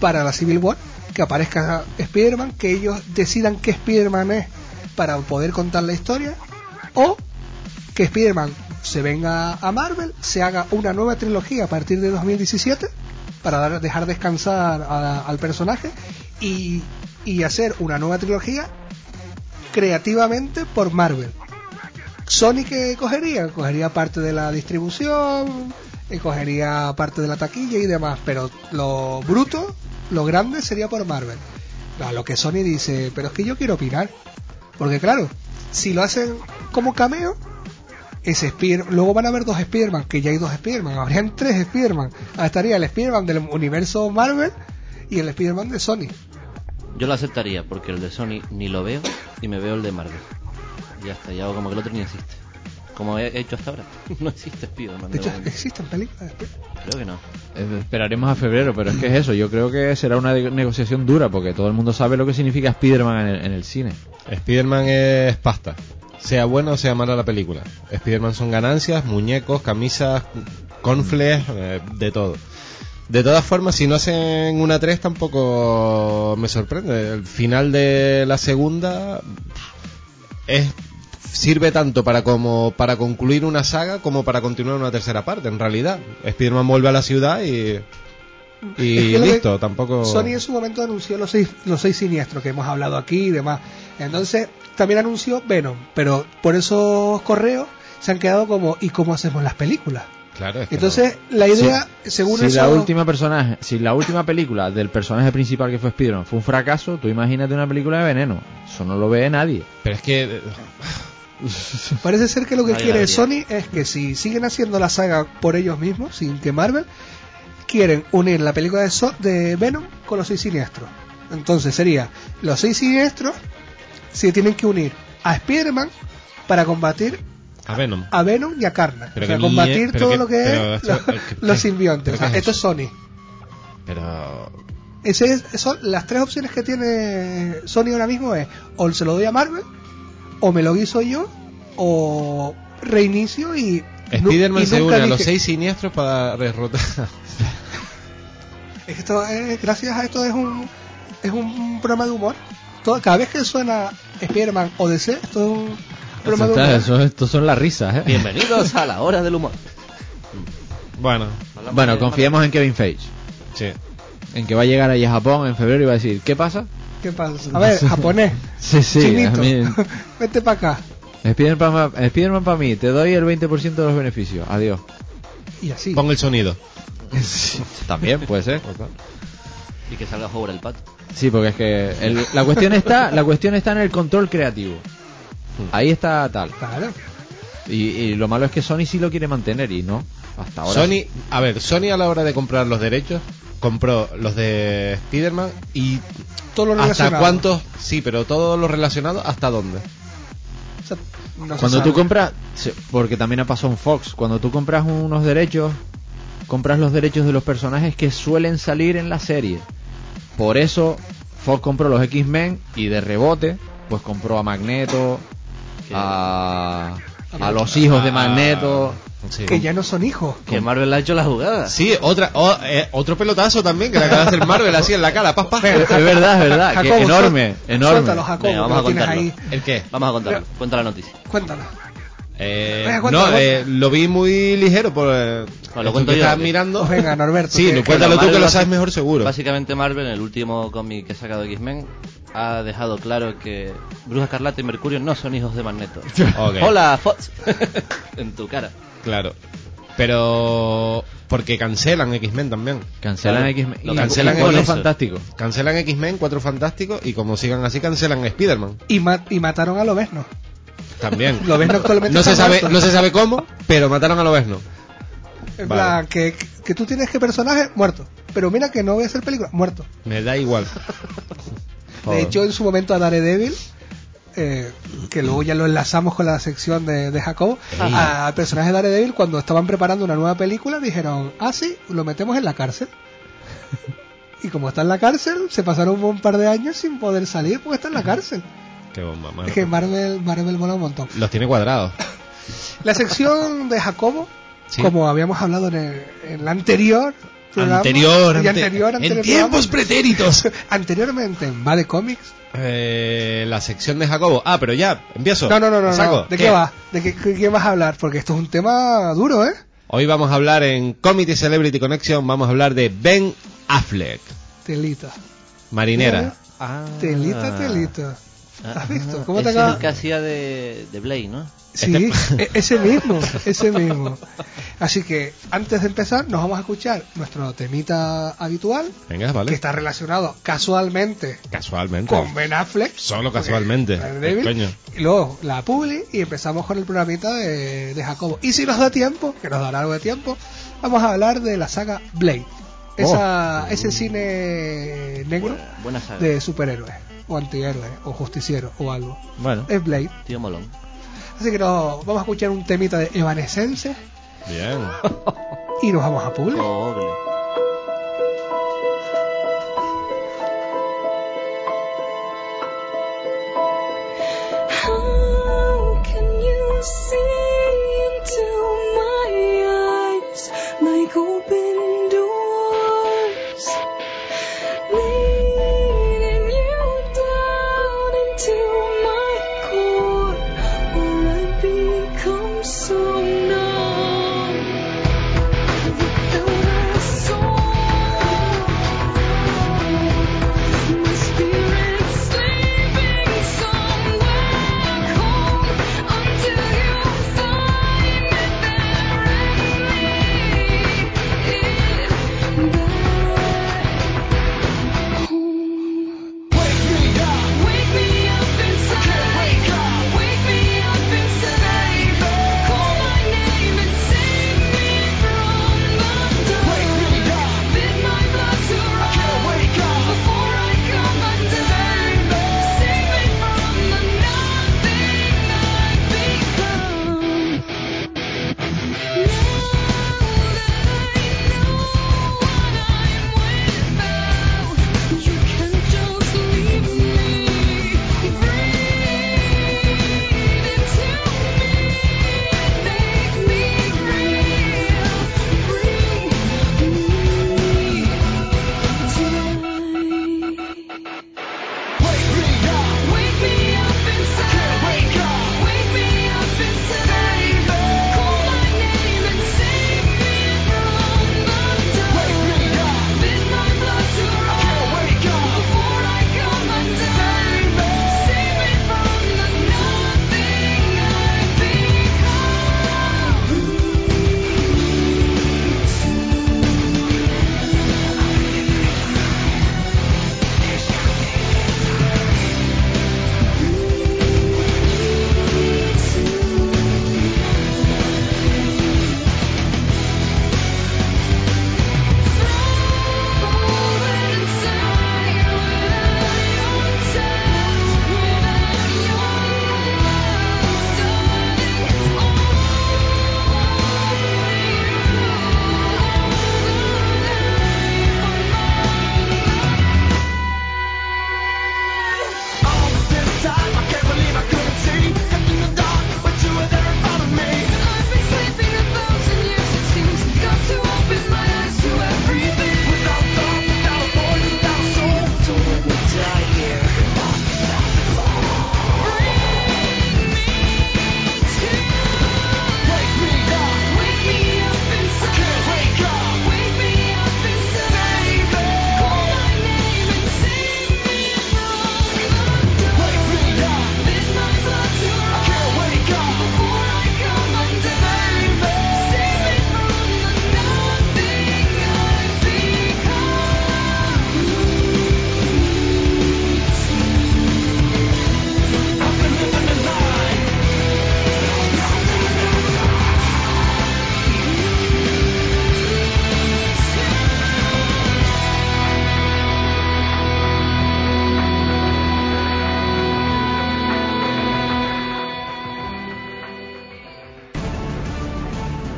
[SPEAKER 1] para la Civil War, que aparezca Spider-Man, que ellos decidan qué Spider-Man es para poder contar la historia, o que Spider-Man se venga a Marvel, se haga una nueva trilogía a partir de 2017 para dar- dejar descansar a- al personaje y, y hacer una nueva trilogía creativamente por Marvel. Sony que cogería, cogería parte de la distribución, y cogería parte de la taquilla y demás, pero lo bruto, lo grande sería por Marvel. A lo que Sony dice, pero es que yo quiero opinar, porque claro, si lo hacen como cameo, ese Spider luego van a haber dos Spider-Man, que ya hay dos Spider-Man, habrían tres Spider-Man, Ah, estaría el Spider-Man del universo Marvel y el Spider-Man de Sony.
[SPEAKER 4] Yo lo aceptaría porque el de Sony ni lo veo y me veo el de Marvel. Ya está, ya hago como que el otro ni existe. Como he hecho hasta ahora. No existe Spider-Man.
[SPEAKER 1] De
[SPEAKER 4] de
[SPEAKER 1] hecho,
[SPEAKER 4] momento.
[SPEAKER 1] existen películas de Spider-Man.
[SPEAKER 4] Creo que no.
[SPEAKER 3] Eh, Esperaremos a febrero, pero es que es eso. Yo creo que será una de- negociación dura porque todo el mundo sabe lo que significa Spider-Man en el, en el cine.
[SPEAKER 5] Spider-Man es pasta. Sea buena o sea mala la película. Spider-Man son ganancias, muñecos, camisas, confles, de todo. De todas formas, si no hacen una 3 tampoco me sorprende. El final de la segunda es sirve tanto para como para concluir una saga como para continuar una tercera parte en realidad. Spider-Man vuelve a la ciudad y y
[SPEAKER 1] Es que lo que-
[SPEAKER 5] listo, tampoco
[SPEAKER 1] Sony en su momento anunció los seis, los seis siniestros que hemos hablado aquí y demás. Entonces, también anunció Venom, pero por esos correos se han quedado como, ¿y cómo hacemos las películas?
[SPEAKER 5] Claro, es que no.
[SPEAKER 1] Entonces, la idea,
[SPEAKER 3] Si-
[SPEAKER 1] según
[SPEAKER 3] si
[SPEAKER 1] eso,
[SPEAKER 3] la última personaje, si la última película del personaje principal que fue Spider-Man fue un fracaso, tú imagínate una película de veneno. Eso no lo ve nadie.
[SPEAKER 5] pero es que eh,
[SPEAKER 1] parece ser que lo que
[SPEAKER 4] Nadie
[SPEAKER 1] quiere
[SPEAKER 4] la
[SPEAKER 1] Sony
[SPEAKER 4] vería.
[SPEAKER 1] es que si siguen haciendo la saga por ellos mismos, sin que Marvel, quieren unir la película de, So- de Venom con los seis siniestros. Entonces sería, los seis siniestros se tienen que unir a Spider-Man para combatir
[SPEAKER 5] a Venom.
[SPEAKER 1] a Venom y a Carnage.
[SPEAKER 5] Pero
[SPEAKER 1] o sea,
[SPEAKER 5] que
[SPEAKER 1] combatir
[SPEAKER 5] mie- pero
[SPEAKER 1] todo
[SPEAKER 5] que-
[SPEAKER 1] lo que
[SPEAKER 5] pero
[SPEAKER 1] es
[SPEAKER 5] esto-
[SPEAKER 1] lo-
[SPEAKER 5] eh, que-
[SPEAKER 1] los simbiontes.
[SPEAKER 5] pero
[SPEAKER 1] O sea,
[SPEAKER 5] ¿qué es
[SPEAKER 1] esto es Sony.
[SPEAKER 5] Pero
[SPEAKER 1] Ese es- son las tres opciones que tiene Sony ahora mismo es o se lo doy a Marvel, o me lo guiso yo, o reinicio y... nu-
[SPEAKER 5] Spider-Man
[SPEAKER 1] y
[SPEAKER 5] se une
[SPEAKER 1] nunca
[SPEAKER 5] a los
[SPEAKER 1] dije-
[SPEAKER 5] seis siniestros para derrotar.
[SPEAKER 1] Es que esto es- gracias a esto es un, es un programa de humor. Todo- cada vez que suena Spider-Man o DC, esto es un programa de humor.
[SPEAKER 3] Estos son las risas, ¿eh?
[SPEAKER 4] Bienvenidos a la hora del humor.
[SPEAKER 5] bueno,
[SPEAKER 4] Hablamos
[SPEAKER 3] Bueno,
[SPEAKER 4] de-
[SPEAKER 3] confiemos en Kevin Feige.
[SPEAKER 5] sí.
[SPEAKER 3] En que va a llegar ahí a Japón en febrero y va a decir, ¿qué pasa?
[SPEAKER 1] ¿Qué pasa? A ver, japonés.
[SPEAKER 3] Sí, sí,
[SPEAKER 1] chinito,
[SPEAKER 3] a mí-
[SPEAKER 1] vete para acá.
[SPEAKER 3] Spider-Man para mí, te doy el 20% de los beneficios. Adiós.
[SPEAKER 1] Y así.
[SPEAKER 5] Pon el sonido.
[SPEAKER 3] También puede ser.
[SPEAKER 4] Y que salga a jugar el pato.
[SPEAKER 3] Sí, porque es que el- la cuestión está, la cuestión está en el control creativo. Ahí está tal.
[SPEAKER 1] Claro.
[SPEAKER 3] Y, y lo malo es que Sony sí lo quiere mantener y no. Hasta ahora.
[SPEAKER 5] Sony, a ver, Sony a la hora de comprar los derechos compró los de Spider-Man y
[SPEAKER 1] Todo lo
[SPEAKER 5] hasta
[SPEAKER 1] relacionado.
[SPEAKER 5] cuántos, sí, pero todo lo relacionado hasta dónde.
[SPEAKER 1] O sea, no se
[SPEAKER 3] Cuando
[SPEAKER 1] sabe.
[SPEAKER 3] tú compras, sí, porque también ha pasado en Fox, cuando tú compras unos derechos, compras los derechos de los personajes que suelen salir en la serie. Por eso Fox compró los X-Men y de rebote, pues compró a Magneto, a, a los hijos de Magneto.
[SPEAKER 5] Sí.
[SPEAKER 1] que ya no son hijos.
[SPEAKER 4] Que Marvel ha hecho la jugada.
[SPEAKER 5] Sí, otra, o- eh, otro pelotazo también que le acaba de hacer Marvel así en la cara, paz, paz.
[SPEAKER 3] Es verdad, es verdad, que
[SPEAKER 1] Jacobo,
[SPEAKER 3] enorme,
[SPEAKER 1] suel- Suéltalo,
[SPEAKER 3] enorme.
[SPEAKER 1] Jacobo,
[SPEAKER 4] Venga, vamos
[SPEAKER 1] que lo
[SPEAKER 4] a
[SPEAKER 1] tienes ahí.
[SPEAKER 4] contarlo.
[SPEAKER 5] ¿El qué?
[SPEAKER 4] Vamos a contarlo. Cuenta la noticia.
[SPEAKER 1] Cuéntalo.
[SPEAKER 5] Eh,
[SPEAKER 1] Venga, cuenta,
[SPEAKER 5] no,
[SPEAKER 1] cuenta.
[SPEAKER 5] eh, lo vi muy ligero por eh,
[SPEAKER 4] lo
[SPEAKER 5] esto
[SPEAKER 4] cuento
[SPEAKER 5] que
[SPEAKER 4] yo,
[SPEAKER 5] estabas
[SPEAKER 4] ¿o qué?
[SPEAKER 5] mirando.
[SPEAKER 1] Venga, Norberto.
[SPEAKER 5] Sí,
[SPEAKER 1] que-
[SPEAKER 5] lo cuéntalo tú
[SPEAKER 4] Bueno,
[SPEAKER 5] que
[SPEAKER 4] Marvel
[SPEAKER 5] lo
[SPEAKER 4] basi-
[SPEAKER 5] sabes mejor seguro.
[SPEAKER 4] Básicamente Marvel, en el último cómic que ha sacado de X-Men, ha dejado claro que Bruja Escarlata y Mercurio no son hijos de Magneto.
[SPEAKER 5] Ok.
[SPEAKER 4] Hola, Fox. en tu cara.
[SPEAKER 5] Claro. Pero. Porque cancelan X-Men también.
[SPEAKER 3] Cancelan
[SPEAKER 4] Claro.
[SPEAKER 3] X-Men.
[SPEAKER 4] Lo
[SPEAKER 3] y
[SPEAKER 5] cancelan
[SPEAKER 3] Cuatro
[SPEAKER 5] con eso.
[SPEAKER 3] Fantásticos.
[SPEAKER 5] Cancelan X-Men, Cuatro Fantásticos, y como sigan así, cancelan Spider-Man.
[SPEAKER 1] Y, ma- y mataron a Lobezno.
[SPEAKER 5] También.
[SPEAKER 1] Lobezno actualmente
[SPEAKER 5] no, se
[SPEAKER 1] está
[SPEAKER 5] sabe,
[SPEAKER 1] muerto.
[SPEAKER 5] no se sabe cómo, pero mataron a Lobezno.
[SPEAKER 1] En
[SPEAKER 5] Vale.
[SPEAKER 1] plan, que, que tú tienes que personaje muerto. Pero mira que no voy a hacer película, muerto.
[SPEAKER 5] Me da igual.
[SPEAKER 3] Joder.
[SPEAKER 1] De hecho, en su momento a Daredevil, eh, que luego ya lo enlazamos con la sección de, de Jacob, a- al personaje de Daredevil, cuando estaban preparando una nueva película, dijeron, ah, sí, lo metemos en la cárcel. y como está en la cárcel, se pasaron un buen par de años sin poder salir porque está en la cárcel.
[SPEAKER 5] Qué bomba, mano.
[SPEAKER 1] Es
[SPEAKER 3] pues.
[SPEAKER 1] que Marvel, Marvel mola un montón.
[SPEAKER 5] Los tiene cuadrados.
[SPEAKER 1] La sección de Jacobo,
[SPEAKER 5] Sí.
[SPEAKER 1] como habíamos hablado en el, en el anterior programa,
[SPEAKER 5] Anterior,
[SPEAKER 1] y
[SPEAKER 5] ante-
[SPEAKER 1] anterior,
[SPEAKER 5] en
[SPEAKER 1] anterior
[SPEAKER 5] tiempos
[SPEAKER 1] programa,
[SPEAKER 5] pretéritos.
[SPEAKER 1] anteriormente en Va de Comics.
[SPEAKER 5] Eh, la sección de Jacobo. Ah, pero ya, empiezo.
[SPEAKER 1] No, no, no, no.
[SPEAKER 5] Saco.
[SPEAKER 1] no. ¿De qué, va? ¿De qué, qué- qué vas a hablar? Porque esto es un tema duro, ¿eh?
[SPEAKER 5] Hoy vamos a hablar en Comedy Celebrity Connection, vamos a hablar de Ben Affleck,
[SPEAKER 1] Telita. Ah.
[SPEAKER 5] marinera.
[SPEAKER 1] Telita, telita.
[SPEAKER 5] Ah.
[SPEAKER 1] ¿Has visto? ¿Cómo te
[SPEAKER 4] Ese es
[SPEAKER 1] acaba?
[SPEAKER 4] el que hacía de, de Blade, ¿no?
[SPEAKER 1] Sí,
[SPEAKER 5] Este-
[SPEAKER 1] e- ese mismo, ese mismo. Así que antes de empezar, nos vamos a escuchar nuestro temita habitual,
[SPEAKER 5] Venga,
[SPEAKER 1] que
[SPEAKER 5] vale.
[SPEAKER 1] está relacionado casualmente
[SPEAKER 5] Casualmente.
[SPEAKER 1] con Ben Affleck.
[SPEAKER 5] Solo casualmente.
[SPEAKER 1] porque es Daredevil.
[SPEAKER 5] Coño.
[SPEAKER 1] Y luego la publi y empezamos con el programita de, de Jacobo. Y si nos da tiempo, que nos dará algo de tiempo, vamos a hablar de la saga Blade. Esa, Ese cine negro
[SPEAKER 4] Buena, buena saga.
[SPEAKER 1] de superhéroes, o antihéroes, o justiciero, o algo.
[SPEAKER 3] Bueno,
[SPEAKER 1] Es Blade.
[SPEAKER 4] Tío Molón.
[SPEAKER 1] Así que nos vamos a escuchar un temita de Evanescence
[SPEAKER 5] Bien.
[SPEAKER 1] y nos vamos a publi.
[SPEAKER 4] Doble.
[SPEAKER 6] How can you see into my eyes like open doors? Leading you down into my core, or I become so numb. Without a soul, my spirit sleeping somewhere. Until you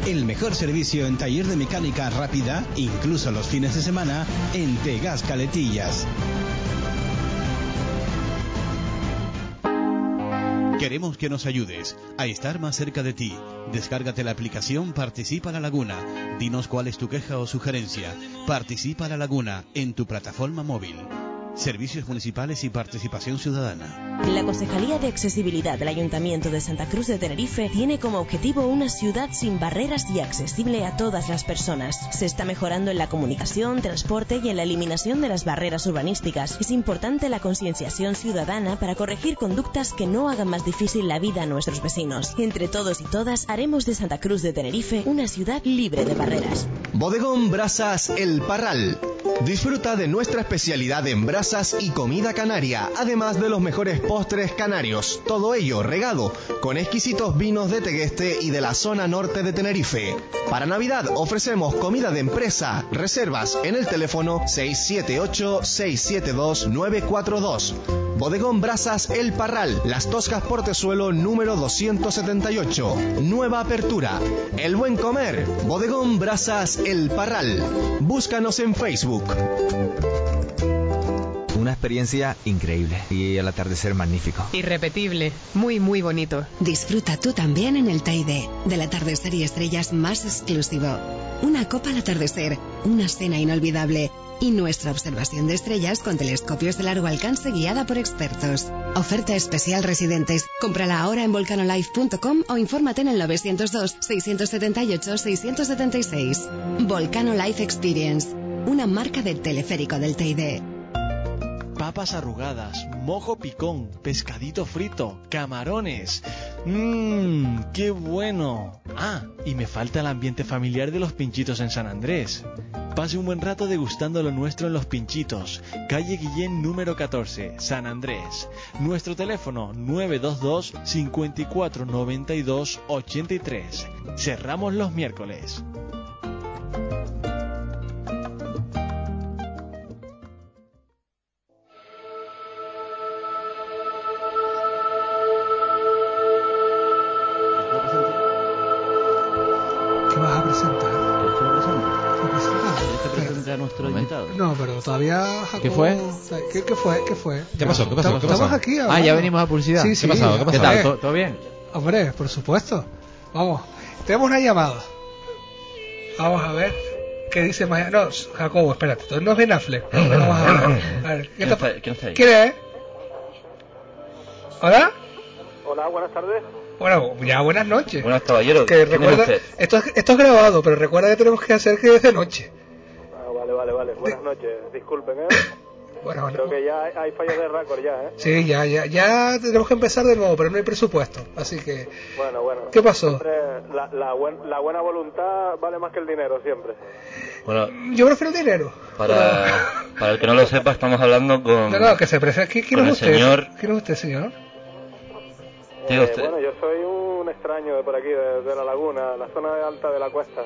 [SPEAKER 3] El mejor servicio en taller de mecánica rápida, incluso los fines de semana, en Tegas Caletillas. Queremos que nos ayudes a estar más cerca de ti. Descárgate la aplicación Participa la Laguna. Dinos cuál es tu queja o sugerencia. Participa la Laguna en tu plataforma móvil. Servicios municipales y participación ciudadana.
[SPEAKER 7] La Concejalía de Accesibilidad del Ayuntamiento de Santa Cruz de Tenerife tiene como objetivo una ciudad sin barreras y accesible a todas las personas. Se está mejorando en la comunicación, transporte y en la eliminación de las barreras urbanísticas. Es importante la concienciación ciudadana para corregir conductas que no hagan más difícil la vida a nuestros vecinos. Entre todos y todas haremos de Santa Cruz de Tenerife una ciudad libre de barreras.
[SPEAKER 8] Bodegón Brasas El Parral. Disfruta de nuestra especialidad en brasas y comida canaria, además de los mejores postres canarios. Todo ello regado con exquisitos vinos de Tegueste y de la zona norte de Tenerife. Para Navidad ofrecemos comida de empresa. Reservas en el teléfono 678-672-942. Bodegón Brasas El Parral, Las Toscas Portezuelo número 278. Nueva apertura. El buen comer. Bodegón Brasas El Parral. Búscanos en Facebook.
[SPEAKER 9] Una experiencia increíble y el atardecer magnífico.
[SPEAKER 6] Irrepetible, muy muy bonito.
[SPEAKER 10] Disfruta tú también en el Teide, del atardecer y estrellas más exclusivo. Una copa al atardecer, una cena inolvidable y nuestra observación de estrellas con telescopios de largo alcance guiada por expertos. Oferta especial residentes. Cómprala ahora en volcanolife.com o infórmate en el 902-678-676. Volcano Life Experience, una marca del teleférico del Teide.
[SPEAKER 5] papas arrugadas, mojo picón, pescadito frito, camarones. Mmm, qué bueno. Ah, y me falta el ambiente familiar de los pinchitos en San Andrés. Pase un buen rato degustando lo nuestro en Los Pinchitos, calle Guillén número 14, San Andrés. Nuestro teléfono 922 54 92 83. Cerramos los miércoles.
[SPEAKER 1] ¿Qué vas a presentar?
[SPEAKER 4] ¿Quieres que lo presente?
[SPEAKER 1] ¿Qué presentas?
[SPEAKER 4] ¿Quieres que presente a nuestro
[SPEAKER 11] Momento.
[SPEAKER 4] invitado?
[SPEAKER 1] No, pero todavía Jacobo-
[SPEAKER 11] ¿Qué fue?
[SPEAKER 1] ¿Qué, qué fue? ¿Qué fue?
[SPEAKER 12] ¿Qué pasó? ¿Qué pasó? ¿Qué
[SPEAKER 1] Estamos
[SPEAKER 12] pasó?
[SPEAKER 1] aquí
[SPEAKER 11] Ah,
[SPEAKER 1] hablando.
[SPEAKER 11] ya venimos a publicidad.
[SPEAKER 1] Sí,
[SPEAKER 11] ¿Qué
[SPEAKER 1] sí.
[SPEAKER 12] pasó? ¿Qué
[SPEAKER 11] ¿Qué
[SPEAKER 12] pasó?
[SPEAKER 11] tal?
[SPEAKER 1] Eh,
[SPEAKER 11] ¿Todo, todo bien?
[SPEAKER 1] Hombre, por supuesto. Vamos, tenemos una llamada. Vamos a ver qué dice Maya. No, Jacobo, espérate, tú no es Ben Affleck. Vamos a ver. A ver, ¿qué
[SPEAKER 4] ¿Quién
[SPEAKER 1] te-
[SPEAKER 4] está, quién está ahí?
[SPEAKER 1] ¿Quién es? ¿Hola?
[SPEAKER 5] Hola, buenas tardes.
[SPEAKER 1] Bueno, ya buenas noches.
[SPEAKER 4] Buenas caballeros.
[SPEAKER 1] que
[SPEAKER 4] ¿quién es
[SPEAKER 1] recuerda,
[SPEAKER 4] usted?
[SPEAKER 1] esto, es- esto es grabado, pero recuerda que tenemos que hacer que es de noche.
[SPEAKER 5] Ah, vale, vale, vale. Buenas noches. Disculpen, ¿eh?
[SPEAKER 1] Bueno, bueno.
[SPEAKER 5] Creo que ya hay, hay fallas de récord ya, ¿eh?
[SPEAKER 1] Sí, ya, ya, ya tenemos que empezar de nuevo, pero no hay presupuesto. Así que,
[SPEAKER 5] Bueno, bueno.
[SPEAKER 1] ¿qué pasó?
[SPEAKER 5] Siempre La, la buen- la buena voluntad vale más que el dinero, siempre.
[SPEAKER 4] Bueno,
[SPEAKER 1] Yo prefiero el dinero.
[SPEAKER 4] para, para el que no lo sepa, estamos hablando con...
[SPEAKER 1] No, no, que se presente. ¿Qui- ¿Quién
[SPEAKER 4] Con
[SPEAKER 1] es
[SPEAKER 4] el
[SPEAKER 1] usted?
[SPEAKER 4] señor-
[SPEAKER 1] ¿Quién es usted, señor?
[SPEAKER 4] Diga
[SPEAKER 5] Eh,
[SPEAKER 4] usted.
[SPEAKER 5] Bueno, yo soy un extraño de por aquí, de, de la laguna, la zona de alta de la cuesta.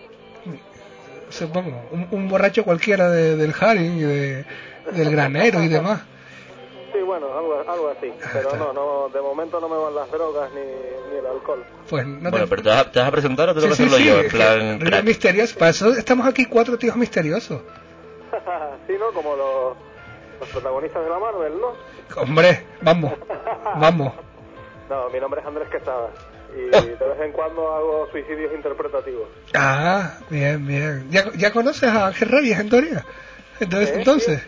[SPEAKER 1] Supongo. Un, un borracho cualquiera de- del Haring y de- del granero y demás.
[SPEAKER 5] Sí, bueno, algo, algo así. Pero no, no, de momento no me van las drogas ni, ni el alcohol.
[SPEAKER 1] Pues no
[SPEAKER 4] Bueno,
[SPEAKER 1] te...
[SPEAKER 4] pero ¿te vas, a- te vas a presentar o te tengo
[SPEAKER 1] Sí,
[SPEAKER 4] que
[SPEAKER 1] sí,
[SPEAKER 4] hacerlo
[SPEAKER 1] sí,
[SPEAKER 4] yo?
[SPEAKER 1] es
[SPEAKER 4] En
[SPEAKER 1] que
[SPEAKER 4] plan,
[SPEAKER 1] Río
[SPEAKER 4] crack.
[SPEAKER 1] misterioso. Para eso estamos aquí cuatro tíos misteriosos.
[SPEAKER 5] sí, ¿no? Como los, los protagonistas de la Marvel, ¿no?
[SPEAKER 1] Hombre, vamos, vamos.
[SPEAKER 5] No, mi nombre es Andrés Quesada. Y de vez en cuando hago suicidios interpretativos.
[SPEAKER 1] Ah, bien, bien. ¿Ya, ya conoces a Ángel Reyes en teoría? Entonces,
[SPEAKER 5] ¿Eh?
[SPEAKER 1] entonces.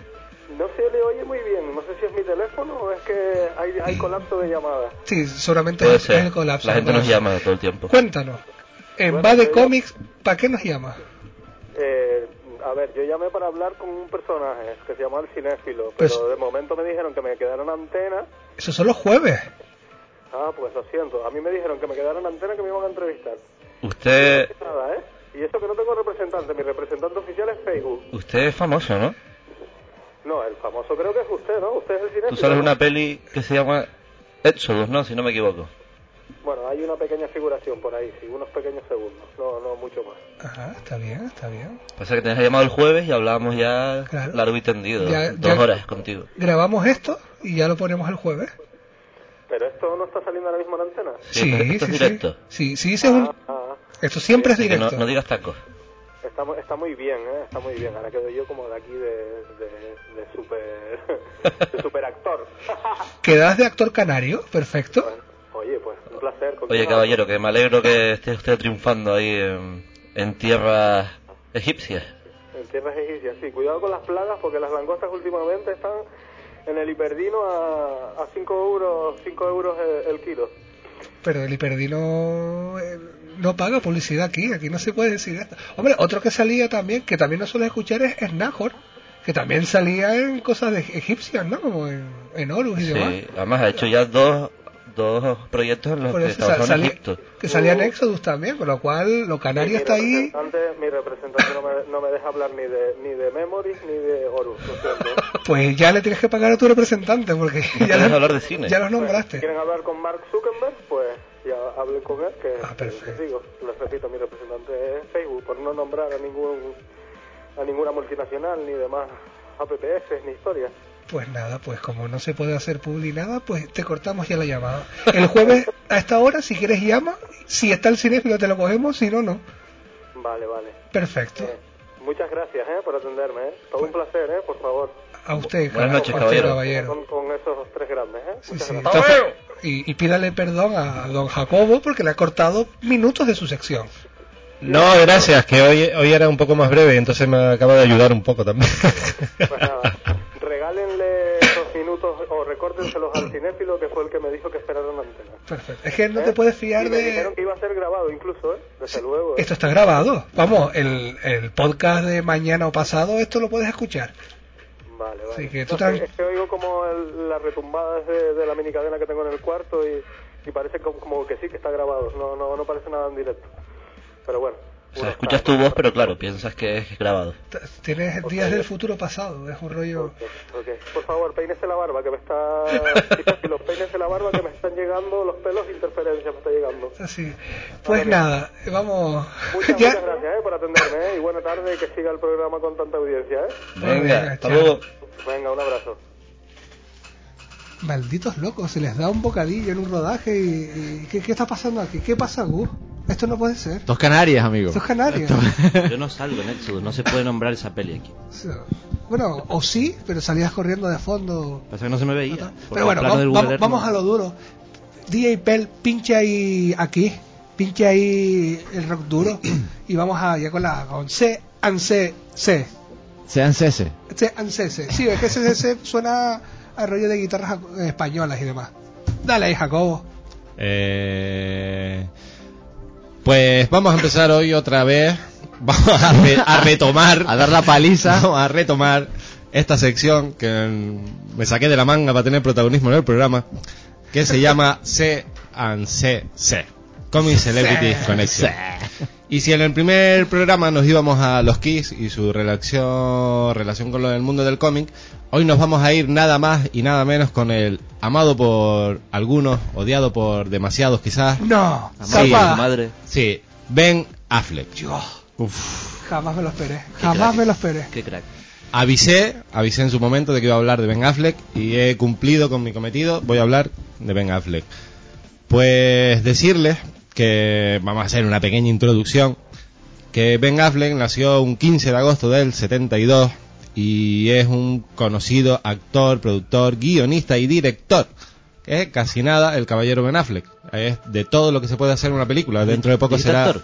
[SPEAKER 5] No se le oye muy bien, no sé si es mi teléfono o es que hay, hay colapso de llamadas.
[SPEAKER 1] Sí, seguramente
[SPEAKER 4] Puede
[SPEAKER 1] es es el
[SPEAKER 4] ser.
[SPEAKER 1] colapso.
[SPEAKER 4] La gente
[SPEAKER 1] el
[SPEAKER 4] nos
[SPEAKER 1] colapso.
[SPEAKER 4] llama todo el tiempo.
[SPEAKER 1] Cuéntanos. En
[SPEAKER 5] Bueno,
[SPEAKER 1] Va de
[SPEAKER 5] yo-
[SPEAKER 1] Comics, ¿para qué nos llama?
[SPEAKER 5] Eh, a ver, yo llamé para hablar con un personaje que se llama el cinéfilo,
[SPEAKER 1] Pues-
[SPEAKER 5] pero de momento me dijeron que me quedara en antena.
[SPEAKER 1] Eso son los jueves.
[SPEAKER 5] Ah, pues lo siento, a mí me dijeron que me quedara en antena que me iban a entrevistar.
[SPEAKER 4] Usted,
[SPEAKER 5] Nada, ¿eh? Y eso que no tengo representante, mi representante oficial es Facebook.
[SPEAKER 4] usted es famoso, ¿no?
[SPEAKER 5] No, el famoso creo que es usted, ¿no? Usted es el cinéfilo.
[SPEAKER 4] Tú sales
[SPEAKER 5] ¿no?
[SPEAKER 4] una peli que se llama Exodus, ¿no? Si no me equivoco.
[SPEAKER 5] Bueno, hay una pequeña figuración por ahí, sí, unos pequeños segundos, no, no mucho más.
[SPEAKER 1] Ajá, está bien, está bien.
[SPEAKER 4] Pasa que tenías llamado el jueves y hablábamos ya
[SPEAKER 1] Claro.
[SPEAKER 4] largo y tendido.
[SPEAKER 1] Ya-
[SPEAKER 4] dos
[SPEAKER 1] ya-
[SPEAKER 4] horas contigo.
[SPEAKER 1] Grabamos esto y ya lo ponemos el jueves.
[SPEAKER 5] Pero esto no está saliendo ahora mismo en antena.
[SPEAKER 4] Sí, esto es directo.
[SPEAKER 1] sí. Sí, sí, hice un,
[SPEAKER 5] Ah,
[SPEAKER 1] Esto siempre es
[SPEAKER 13] Así que no-
[SPEAKER 1] directo.
[SPEAKER 13] no digas tacos.
[SPEAKER 14] Está, mu- está muy bien, ¿eh? está muy bien. Ahora quedo yo como de aquí de, de, de super, de super actor.
[SPEAKER 1] Quedas de actor canario, perfecto.
[SPEAKER 14] Oye, pues un placer. ¿Con
[SPEAKER 13] Oye,
[SPEAKER 14] quién
[SPEAKER 13] caballero, que me alegro que esté usted triunfando ahí en, en tierras egipcias.
[SPEAKER 14] hablo? En tierras egipcias, sí. Cuidado con las plagas porque las langostas últimamente están en el hiperdino a, a 5 euros, cinco euros el, el kilo.
[SPEAKER 5] Ah.
[SPEAKER 1] Pero el hiperdino eh, no paga publicidad aquí, aquí no se puede decir esto. Hombre, otro que salía también, que también no suele escuchar es Snajor, que también salía en cosas de egipcias, ¿no? Como en, en Horus y
[SPEAKER 13] Sí,
[SPEAKER 1] demás.
[SPEAKER 13] además ha hecho ya dos, dos proyectos en los
[SPEAKER 1] Por
[SPEAKER 13] que
[SPEAKER 1] eso
[SPEAKER 13] trabajó
[SPEAKER 1] sal-
[SPEAKER 13] en
[SPEAKER 1] sale-
[SPEAKER 13] Egipto.
[SPEAKER 1] Que salía en Exodus también, con lo cual lo canario está ahí.
[SPEAKER 14] Antes mi representante no me, no me deja hablar ni de, ni de Memories ni de Horus, lo siento.
[SPEAKER 1] Pues ya le tienes que pagar a tu representante, porque ya,
[SPEAKER 13] puedes
[SPEAKER 1] lo-
[SPEAKER 13] hablar de cine.
[SPEAKER 1] ya los nombraste.
[SPEAKER 14] ¿Quieren hablar con Mark Zuckerberg? Pues ya hablen con él, que les digo, les repito, mi representante es Facebook, por no nombrar a ningún a ninguna multinacional ni demás APPS ni historias.
[SPEAKER 1] Pues nada, pues como no se puede hacer publi nada, pues te cortamos ya la llamada. El jueves a esta hora, si quieres llama, si está el cinéfilo te lo cogemos, si no, no.
[SPEAKER 4] Pues
[SPEAKER 14] Vale, vale.
[SPEAKER 1] Perfecto.
[SPEAKER 14] Eh, muchas gracias eh, por atenderme. Eh. Todo un placer, eh, por favor.
[SPEAKER 1] A usted,
[SPEAKER 13] Buenas noches,
[SPEAKER 1] a usted,
[SPEAKER 13] caballero.
[SPEAKER 14] Con, con esos tres grandes. Eh.
[SPEAKER 1] Sí, sí. Entonces, y, y pídale perdón a don Jacobo porque le ha cortado minutos de su sección.
[SPEAKER 5] No, gracias, que hoy, hoy era un poco más breve, entonces me acaba de ayudar un poco también.
[SPEAKER 14] Pues nada, regálenle esos minutos o recórtenselos al cinéfilo que fue el que me dijo que esperaron la antena.
[SPEAKER 1] Perfecto. Es que no te puedes fiar
[SPEAKER 14] Y me
[SPEAKER 1] de...
[SPEAKER 14] dijeron que iba a ser grabado incluso, ¿eh? Desde luego. ¿eh?
[SPEAKER 1] Esto está grabado. Vamos, el, el podcast de mañana o pasado, esto lo puedes escuchar.
[SPEAKER 14] Vale, vale.
[SPEAKER 1] Así que tú
[SPEAKER 14] No sé,
[SPEAKER 1] tran-
[SPEAKER 14] es que oigo como el- las retumbadas de, de la minicadena que tengo en el cuarto y, y parece como, como que sí que está grabado. No, no, no parece nada en directo. Pero bueno,
[SPEAKER 13] O sea, escuchas tu voz, pero claro, piensas que es grabado.
[SPEAKER 1] Tienes días del futuro pasado, es un rollo...
[SPEAKER 14] ok. Por favor, peínese la barba que me está... y los peines de la barba que me están llegando, los pelos, interferencia me está llegando.
[SPEAKER 1] Así. Pues nada, vamos...
[SPEAKER 14] Muchas,
[SPEAKER 1] Ya.
[SPEAKER 14] muchas gracias eh, por atenderme eh, y buena tarde y que siga el programa con tanta audiencia. ¿eh?
[SPEAKER 1] Venga,
[SPEAKER 13] hasta luego.
[SPEAKER 14] Venga, un abrazo.
[SPEAKER 1] Malditos locos, se les da un bocadillo en un rodaje y... y- ¿qué, qué está pasando aquí? ¿Qué pasa, Gus? Esto no puede ser.
[SPEAKER 3] Dos Canarias, amigo.
[SPEAKER 1] Dos Canarias.
[SPEAKER 4] Yo no salgo en Exodus, no se puede nombrar esa peli aquí.
[SPEAKER 1] Bueno, o sí, pero salías corriendo de fondo.
[SPEAKER 4] Pasa que no se me veía.
[SPEAKER 1] Pero bueno, vamos, vamos- vamos a lo duro. DJ Pel, pinche ahí aquí, pinche ahí el rock duro y vamos a ya con la con C and C C
[SPEAKER 3] Sean cese.
[SPEAKER 1] C and C C. Sí, es que C C C suena a rollo de guitarras jac- eh, españolas y demás. Dale ahí, Jacobo.
[SPEAKER 5] Eh, pues vamos a empezar hoy otra vez. Vamos a, re- a retomar. a dar la paliza. a retomar esta sección que mm, me saqué de la manga para tener protagonismo en el programa. Que se llama C and C C. Comic Celebrities
[SPEAKER 3] C.
[SPEAKER 5] Connection. Y si en el primer programa nos íbamos a los Kiss y su relación, relación con lo del mundo del cómic, hoy nos vamos a ir nada más y nada menos con el amado por algunos, odiado por demasiados quizás.
[SPEAKER 1] No,
[SPEAKER 5] Sí,
[SPEAKER 1] Zapa.
[SPEAKER 5] Sí, Ben Affleck. Uf.
[SPEAKER 1] Jamás me lo esperé.
[SPEAKER 5] Qué
[SPEAKER 1] Jamás
[SPEAKER 5] crack.
[SPEAKER 1] me lo esperé.
[SPEAKER 4] Qué crack.
[SPEAKER 5] Avisé, avisé en su momento de que iba a hablar de Ben Affleck y he cumplido con mi cometido, voy a hablar de Ben Affleck. Pues decirles que vamos a hacer una pequeña introducción, que Ben Affleck nació un 15 de agosto del 72 y es un conocido actor, productor, guionista y director. Que es casi nada el caballero Ben Affleck. Es de todo lo que se puede hacer en una película. Dentro de poco
[SPEAKER 4] ¿Dijiste
[SPEAKER 5] será...
[SPEAKER 4] actor?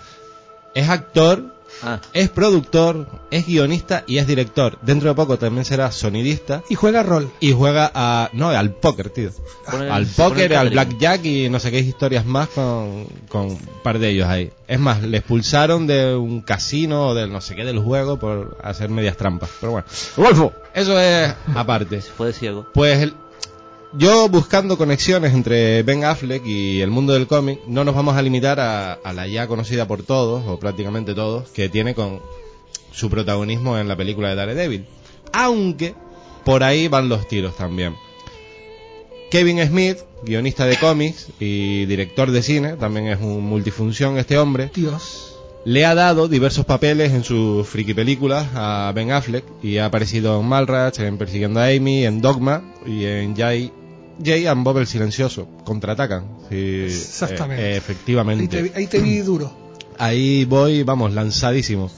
[SPEAKER 5] Es actor,
[SPEAKER 11] Ah.
[SPEAKER 5] es productor, es guionista y es director. Dentro de poco también será sonidista.
[SPEAKER 1] Y juega rol.
[SPEAKER 5] Y juega a. No, al póker, tío.
[SPEAKER 4] Pone-
[SPEAKER 5] al
[SPEAKER 4] se pone
[SPEAKER 5] póker,
[SPEAKER 4] el
[SPEAKER 5] al
[SPEAKER 4] catering.
[SPEAKER 5] blackjack y no sé qué historias más con, con un par de ellos ahí. Es más, le expulsaron de un casino o del no sé qué del juego por hacer medias trampas. Pero bueno. Wolfo. Eso es aparte.
[SPEAKER 4] Fue de ciego.
[SPEAKER 5] Pues el- yo buscando conexiones entre Ben Affleck y el mundo del cómic, no nos vamos a limitar a, a la ya conocida por todos, o prácticamente todos, que tiene con su protagonismo en la película de Daredevil. Aunque por ahí van los tiros también. Kevin Smith, guionista de cómics y director de cine, también es un multifunción este hombre.
[SPEAKER 1] Dios.
[SPEAKER 5] Le ha dado diversos papeles en sus friki películas a Ben Affleck y ha aparecido en Malrach, en Persiguiendo a Amy, en Dogma y en Jay, Jay and Bob el Silencioso. Contraatacan. Sí,
[SPEAKER 1] Exactamente.
[SPEAKER 5] eh,
[SPEAKER 1] Ahí
[SPEAKER 5] efectivamente.
[SPEAKER 1] te, vi- ahí te vi duro.
[SPEAKER 5] ahí voy, vamos, lanzadísimo.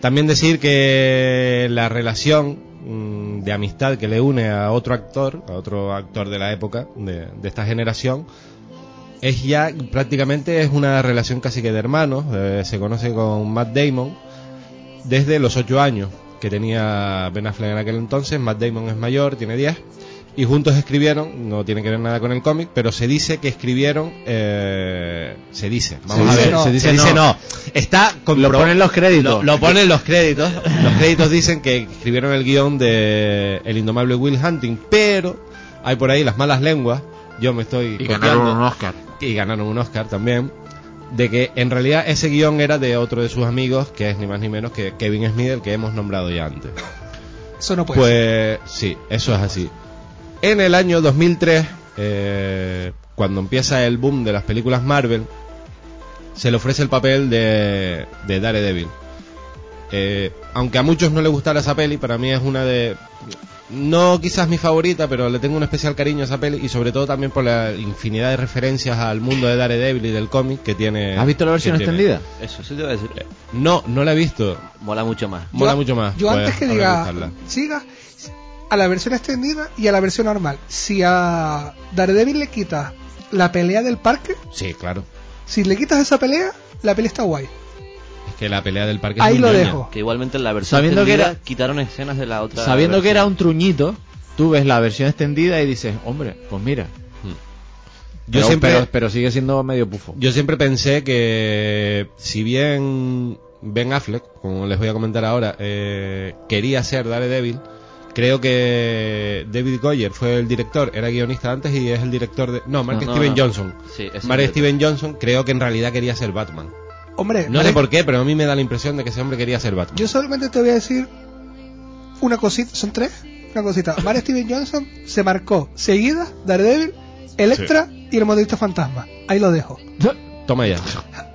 [SPEAKER 5] También decir que la relación mm, de amistad que le une a otro actor, a otro actor de la época, de, de esta generación, es ya prácticamente es una relación casi que de hermanos. eh, se conoce con Matt Damon desde los 8 años que tenía Ben Affleck en aquel entonces. Matt Damon es mayor, tiene 10. Y juntos escribieron, no tiene que ver nada con el cómic, pero se dice que escribieron. eh, se dice, vamos
[SPEAKER 3] dice
[SPEAKER 5] a ver.
[SPEAKER 3] no.
[SPEAKER 5] se dice,
[SPEAKER 3] Se dice
[SPEAKER 5] no.
[SPEAKER 3] no.
[SPEAKER 5] Está
[SPEAKER 3] Lo ponen los créditos.
[SPEAKER 5] Lo, lo ponen los créditos. Los créditos dicen que escribieron el guión de El Indomable Will Hunting, pero hay por ahí las malas lenguas. Yo me estoy.
[SPEAKER 3] Y ganaron
[SPEAKER 5] copiando.
[SPEAKER 3] un Oscar.
[SPEAKER 5] Y ganaron un Oscar también. De que en realidad ese guión era de otro de sus amigos, que es ni más ni menos que Kevin Smith, el que hemos nombrado ya antes.
[SPEAKER 1] Eso no puede ser.
[SPEAKER 5] Pues sí, eso es así. En el año 2003, eh, cuando empieza el boom de las películas Marvel, se le ofrece el papel de, de Daredevil. Eh, aunque a muchos no le gustara esa peli, para mí es una de... No quizás mi favorita, pero le tengo un especial cariño a esa peli y sobre todo también por la infinidad de referencias al mundo de Daredevil y del cómic que tiene...
[SPEAKER 3] ¿Has visto la versión
[SPEAKER 5] que tiene.
[SPEAKER 3] extendida?
[SPEAKER 4] Eso, sí te voy a decir.
[SPEAKER 5] No, no la he visto.
[SPEAKER 4] Mola mucho más.
[SPEAKER 5] Mola mucho más.
[SPEAKER 1] Yo
[SPEAKER 5] Pues,
[SPEAKER 1] antes que
[SPEAKER 5] habrá
[SPEAKER 1] diga,
[SPEAKER 5] buscarla.
[SPEAKER 1] siga a la versión extendida y a la versión normal. Si a Daredevil le quitas la pelea del parque,
[SPEAKER 5] Sí, claro.
[SPEAKER 1] si le quitas esa pelea, la pelea está guay.
[SPEAKER 5] Es que la pelea del parque... es
[SPEAKER 1] Ahí
[SPEAKER 5] muy
[SPEAKER 1] lo
[SPEAKER 5] ñoña.
[SPEAKER 1] dejo.
[SPEAKER 4] Que igualmente en la versión
[SPEAKER 3] Sabiendo que
[SPEAKER 4] extendida
[SPEAKER 3] era-
[SPEAKER 4] quitaron escenas de la otra.
[SPEAKER 3] Sabiendo que
[SPEAKER 4] versión.
[SPEAKER 3] era un truñito, tú ves la versión extendida y dices, hombre, pues mira.
[SPEAKER 5] Yo
[SPEAKER 3] Pero-
[SPEAKER 5] siempre-
[SPEAKER 3] pero, pero sigue siendo medio pufo.
[SPEAKER 5] Yo siempre pensé que si bien Ben Affleck, como les voy a comentar ahora, eh, quería ser Daredevil, creo que David Goyer fue el director, era guionista antes y es el director de... No, Mark
[SPEAKER 4] No, no,
[SPEAKER 5] Steven
[SPEAKER 4] no.
[SPEAKER 5] Johnson.
[SPEAKER 4] Sí, ese
[SPEAKER 5] Mark
[SPEAKER 4] es el
[SPEAKER 5] Steven Johnson creo que en realidad quería ser Batman.
[SPEAKER 1] Hombre,
[SPEAKER 5] No
[SPEAKER 1] Marek,
[SPEAKER 5] sé por qué, pero a mí me da la impresión de que ese hombre quería ser Batman.
[SPEAKER 1] yo solamente te voy a decir una cosita, son tres, una cosita. Mar Steven Johnson se marcó seguida Daredevil, Electra y el modelista fantasma. Ahí lo dejo.
[SPEAKER 5] Toma ya.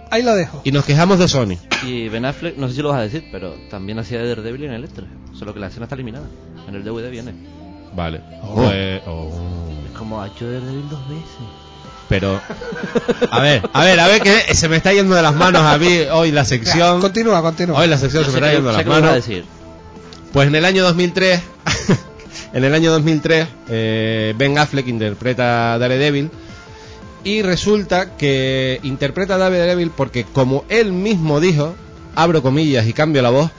[SPEAKER 1] Ahí lo dejo.
[SPEAKER 5] Y nos quejamos de Sony.
[SPEAKER 4] Y Ben Affleck, no sé si lo vas a decir, pero también hacía de Daredevil en Electra. Solo que la escena está eliminada. En el DVD viene.
[SPEAKER 5] Vale.
[SPEAKER 4] Oh.
[SPEAKER 5] Pues- oh.
[SPEAKER 4] Es como ha hecho Daredevil dos veces.
[SPEAKER 5] Pero... A ver, a ver, a ver que se me está yendo de las manos a mí hoy la sección.
[SPEAKER 1] Continúa, continúa.
[SPEAKER 5] Hoy la sección
[SPEAKER 4] Yo
[SPEAKER 5] se me está
[SPEAKER 4] sé que-
[SPEAKER 5] yendo
[SPEAKER 4] sé
[SPEAKER 5] las
[SPEAKER 4] que lo vas a
[SPEAKER 5] manos.
[SPEAKER 4] decir.
[SPEAKER 5] Pues en el año 2003, en el año 2003, eh, Ben Affleck interpreta a Daredevil y resulta que interpreta a Daredevil porque como él mismo dijo, abro comillas y cambio la voz,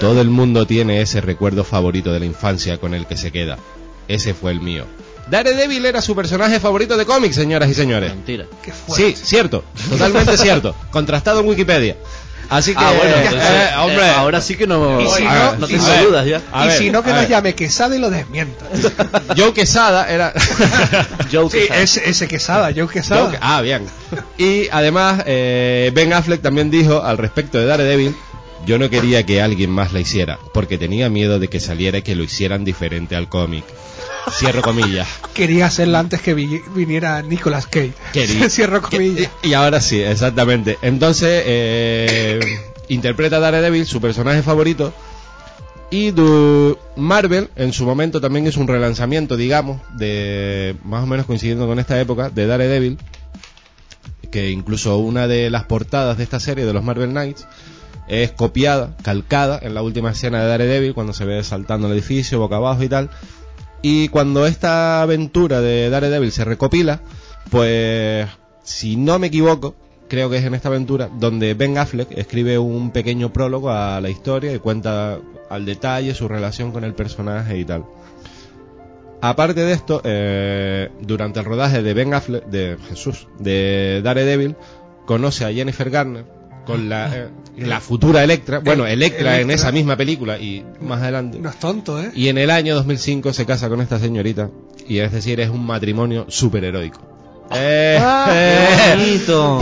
[SPEAKER 5] todo el mundo tiene ese recuerdo favorito de la infancia con el que se queda. Ese fue el mío. Daredevil era su personaje favorito de cómics, señoras y señores.
[SPEAKER 4] Mentira.
[SPEAKER 1] Qué fuerte.
[SPEAKER 5] Sí, cierto, totalmente cierto, contrastado en Wikipedia. Así que,
[SPEAKER 4] Ah, bueno, entonces,
[SPEAKER 5] eh, hombre,
[SPEAKER 4] eh, ahora sí que no,
[SPEAKER 1] Y si
[SPEAKER 4] a
[SPEAKER 1] no-
[SPEAKER 4] ver, no
[SPEAKER 1] y
[SPEAKER 4] tengo
[SPEAKER 1] si-
[SPEAKER 4] dudas ya.
[SPEAKER 5] A
[SPEAKER 1] y
[SPEAKER 5] ver,
[SPEAKER 1] si no, que
[SPEAKER 5] a
[SPEAKER 1] nos
[SPEAKER 5] ver.
[SPEAKER 1] llame Quesada y lo desmienta.
[SPEAKER 5] Joe Quesada era.
[SPEAKER 4] Joe
[SPEAKER 1] Sí,
[SPEAKER 4] Quesada.
[SPEAKER 1] ese, ese Quesada, Joe Quesada.
[SPEAKER 5] Joe Que- ah, bien. Y además, eh, Ben Affleck también dijo al respecto de Daredevil: Yo no quería que alguien más la hiciera, porque tenía miedo de que saliera y que lo hicieran diferente al cómic. Cierro comillas.
[SPEAKER 1] Quería hacerla antes que vi- viniera Nicolas Cage.
[SPEAKER 5] Quería-
[SPEAKER 1] Cierro comillas.
[SPEAKER 5] Y, y ahora sí, exactamente. Entonces, eh, interpreta a Daredevil, su personaje favorito. Y du- Marvel en su momento también hizo un relanzamiento, digamos, de más o menos coincidiendo con esta época, de Daredevil. Que incluso una de las portadas de esta serie, de los Marvel Knights, es copiada, calcada en la última escena de Daredevil, cuando se ve saltando el edificio, boca abajo y tal. Y cuando esta aventura de Daredevil se recopila, pues, si no me equivoco, creo que es en esta aventura donde Ben Affleck escribe un pequeño prólogo a la historia y cuenta al detalle su relación con el personaje y tal. Aparte de esto, eh, durante el rodaje de Ben Affleck, de Jesús, de Daredevil, conoce a Jennifer Garner con la, eh, la futura Electra, bueno,
[SPEAKER 1] El-
[SPEAKER 5] Electra en
[SPEAKER 1] Electra.
[SPEAKER 5] esa misma película y más adelante.
[SPEAKER 1] No es tonto, ¿eh?
[SPEAKER 5] Y en el año 2005 se casa con esta señorita. Y es decir, es un matrimonio superheroico. Eh,
[SPEAKER 4] Ah, Qué
[SPEAKER 5] eh,
[SPEAKER 4] bonito.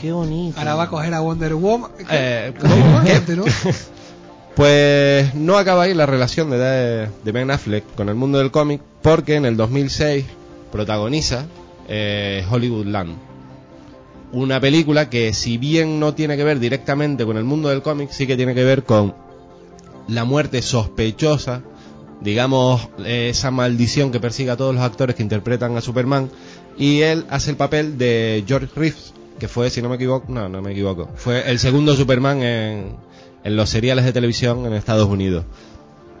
[SPEAKER 4] Qué bonito.
[SPEAKER 1] Ahora va a coger a Wonder Woman.
[SPEAKER 5] Eh,
[SPEAKER 1] ¿Cómo?
[SPEAKER 5] ¿qué?
[SPEAKER 1] ¿no?
[SPEAKER 5] Pues no acaba ahí la relación de, de Ben Affleck con el mundo del cómic, porque en el 2006 protagoniza eh, Hollywood Land. Una película que, si bien no tiene que ver directamente con el mundo del cómic, sí que tiene que ver con la muerte sospechosa, digamos, eh, esa maldición que persigue a todos los actores que interpretan a Superman. Y él hace el papel de George Reeves, que fue, si no me equivoco, no, no me equivoco, fue el segundo Superman en, en los seriales de televisión en Estados Unidos.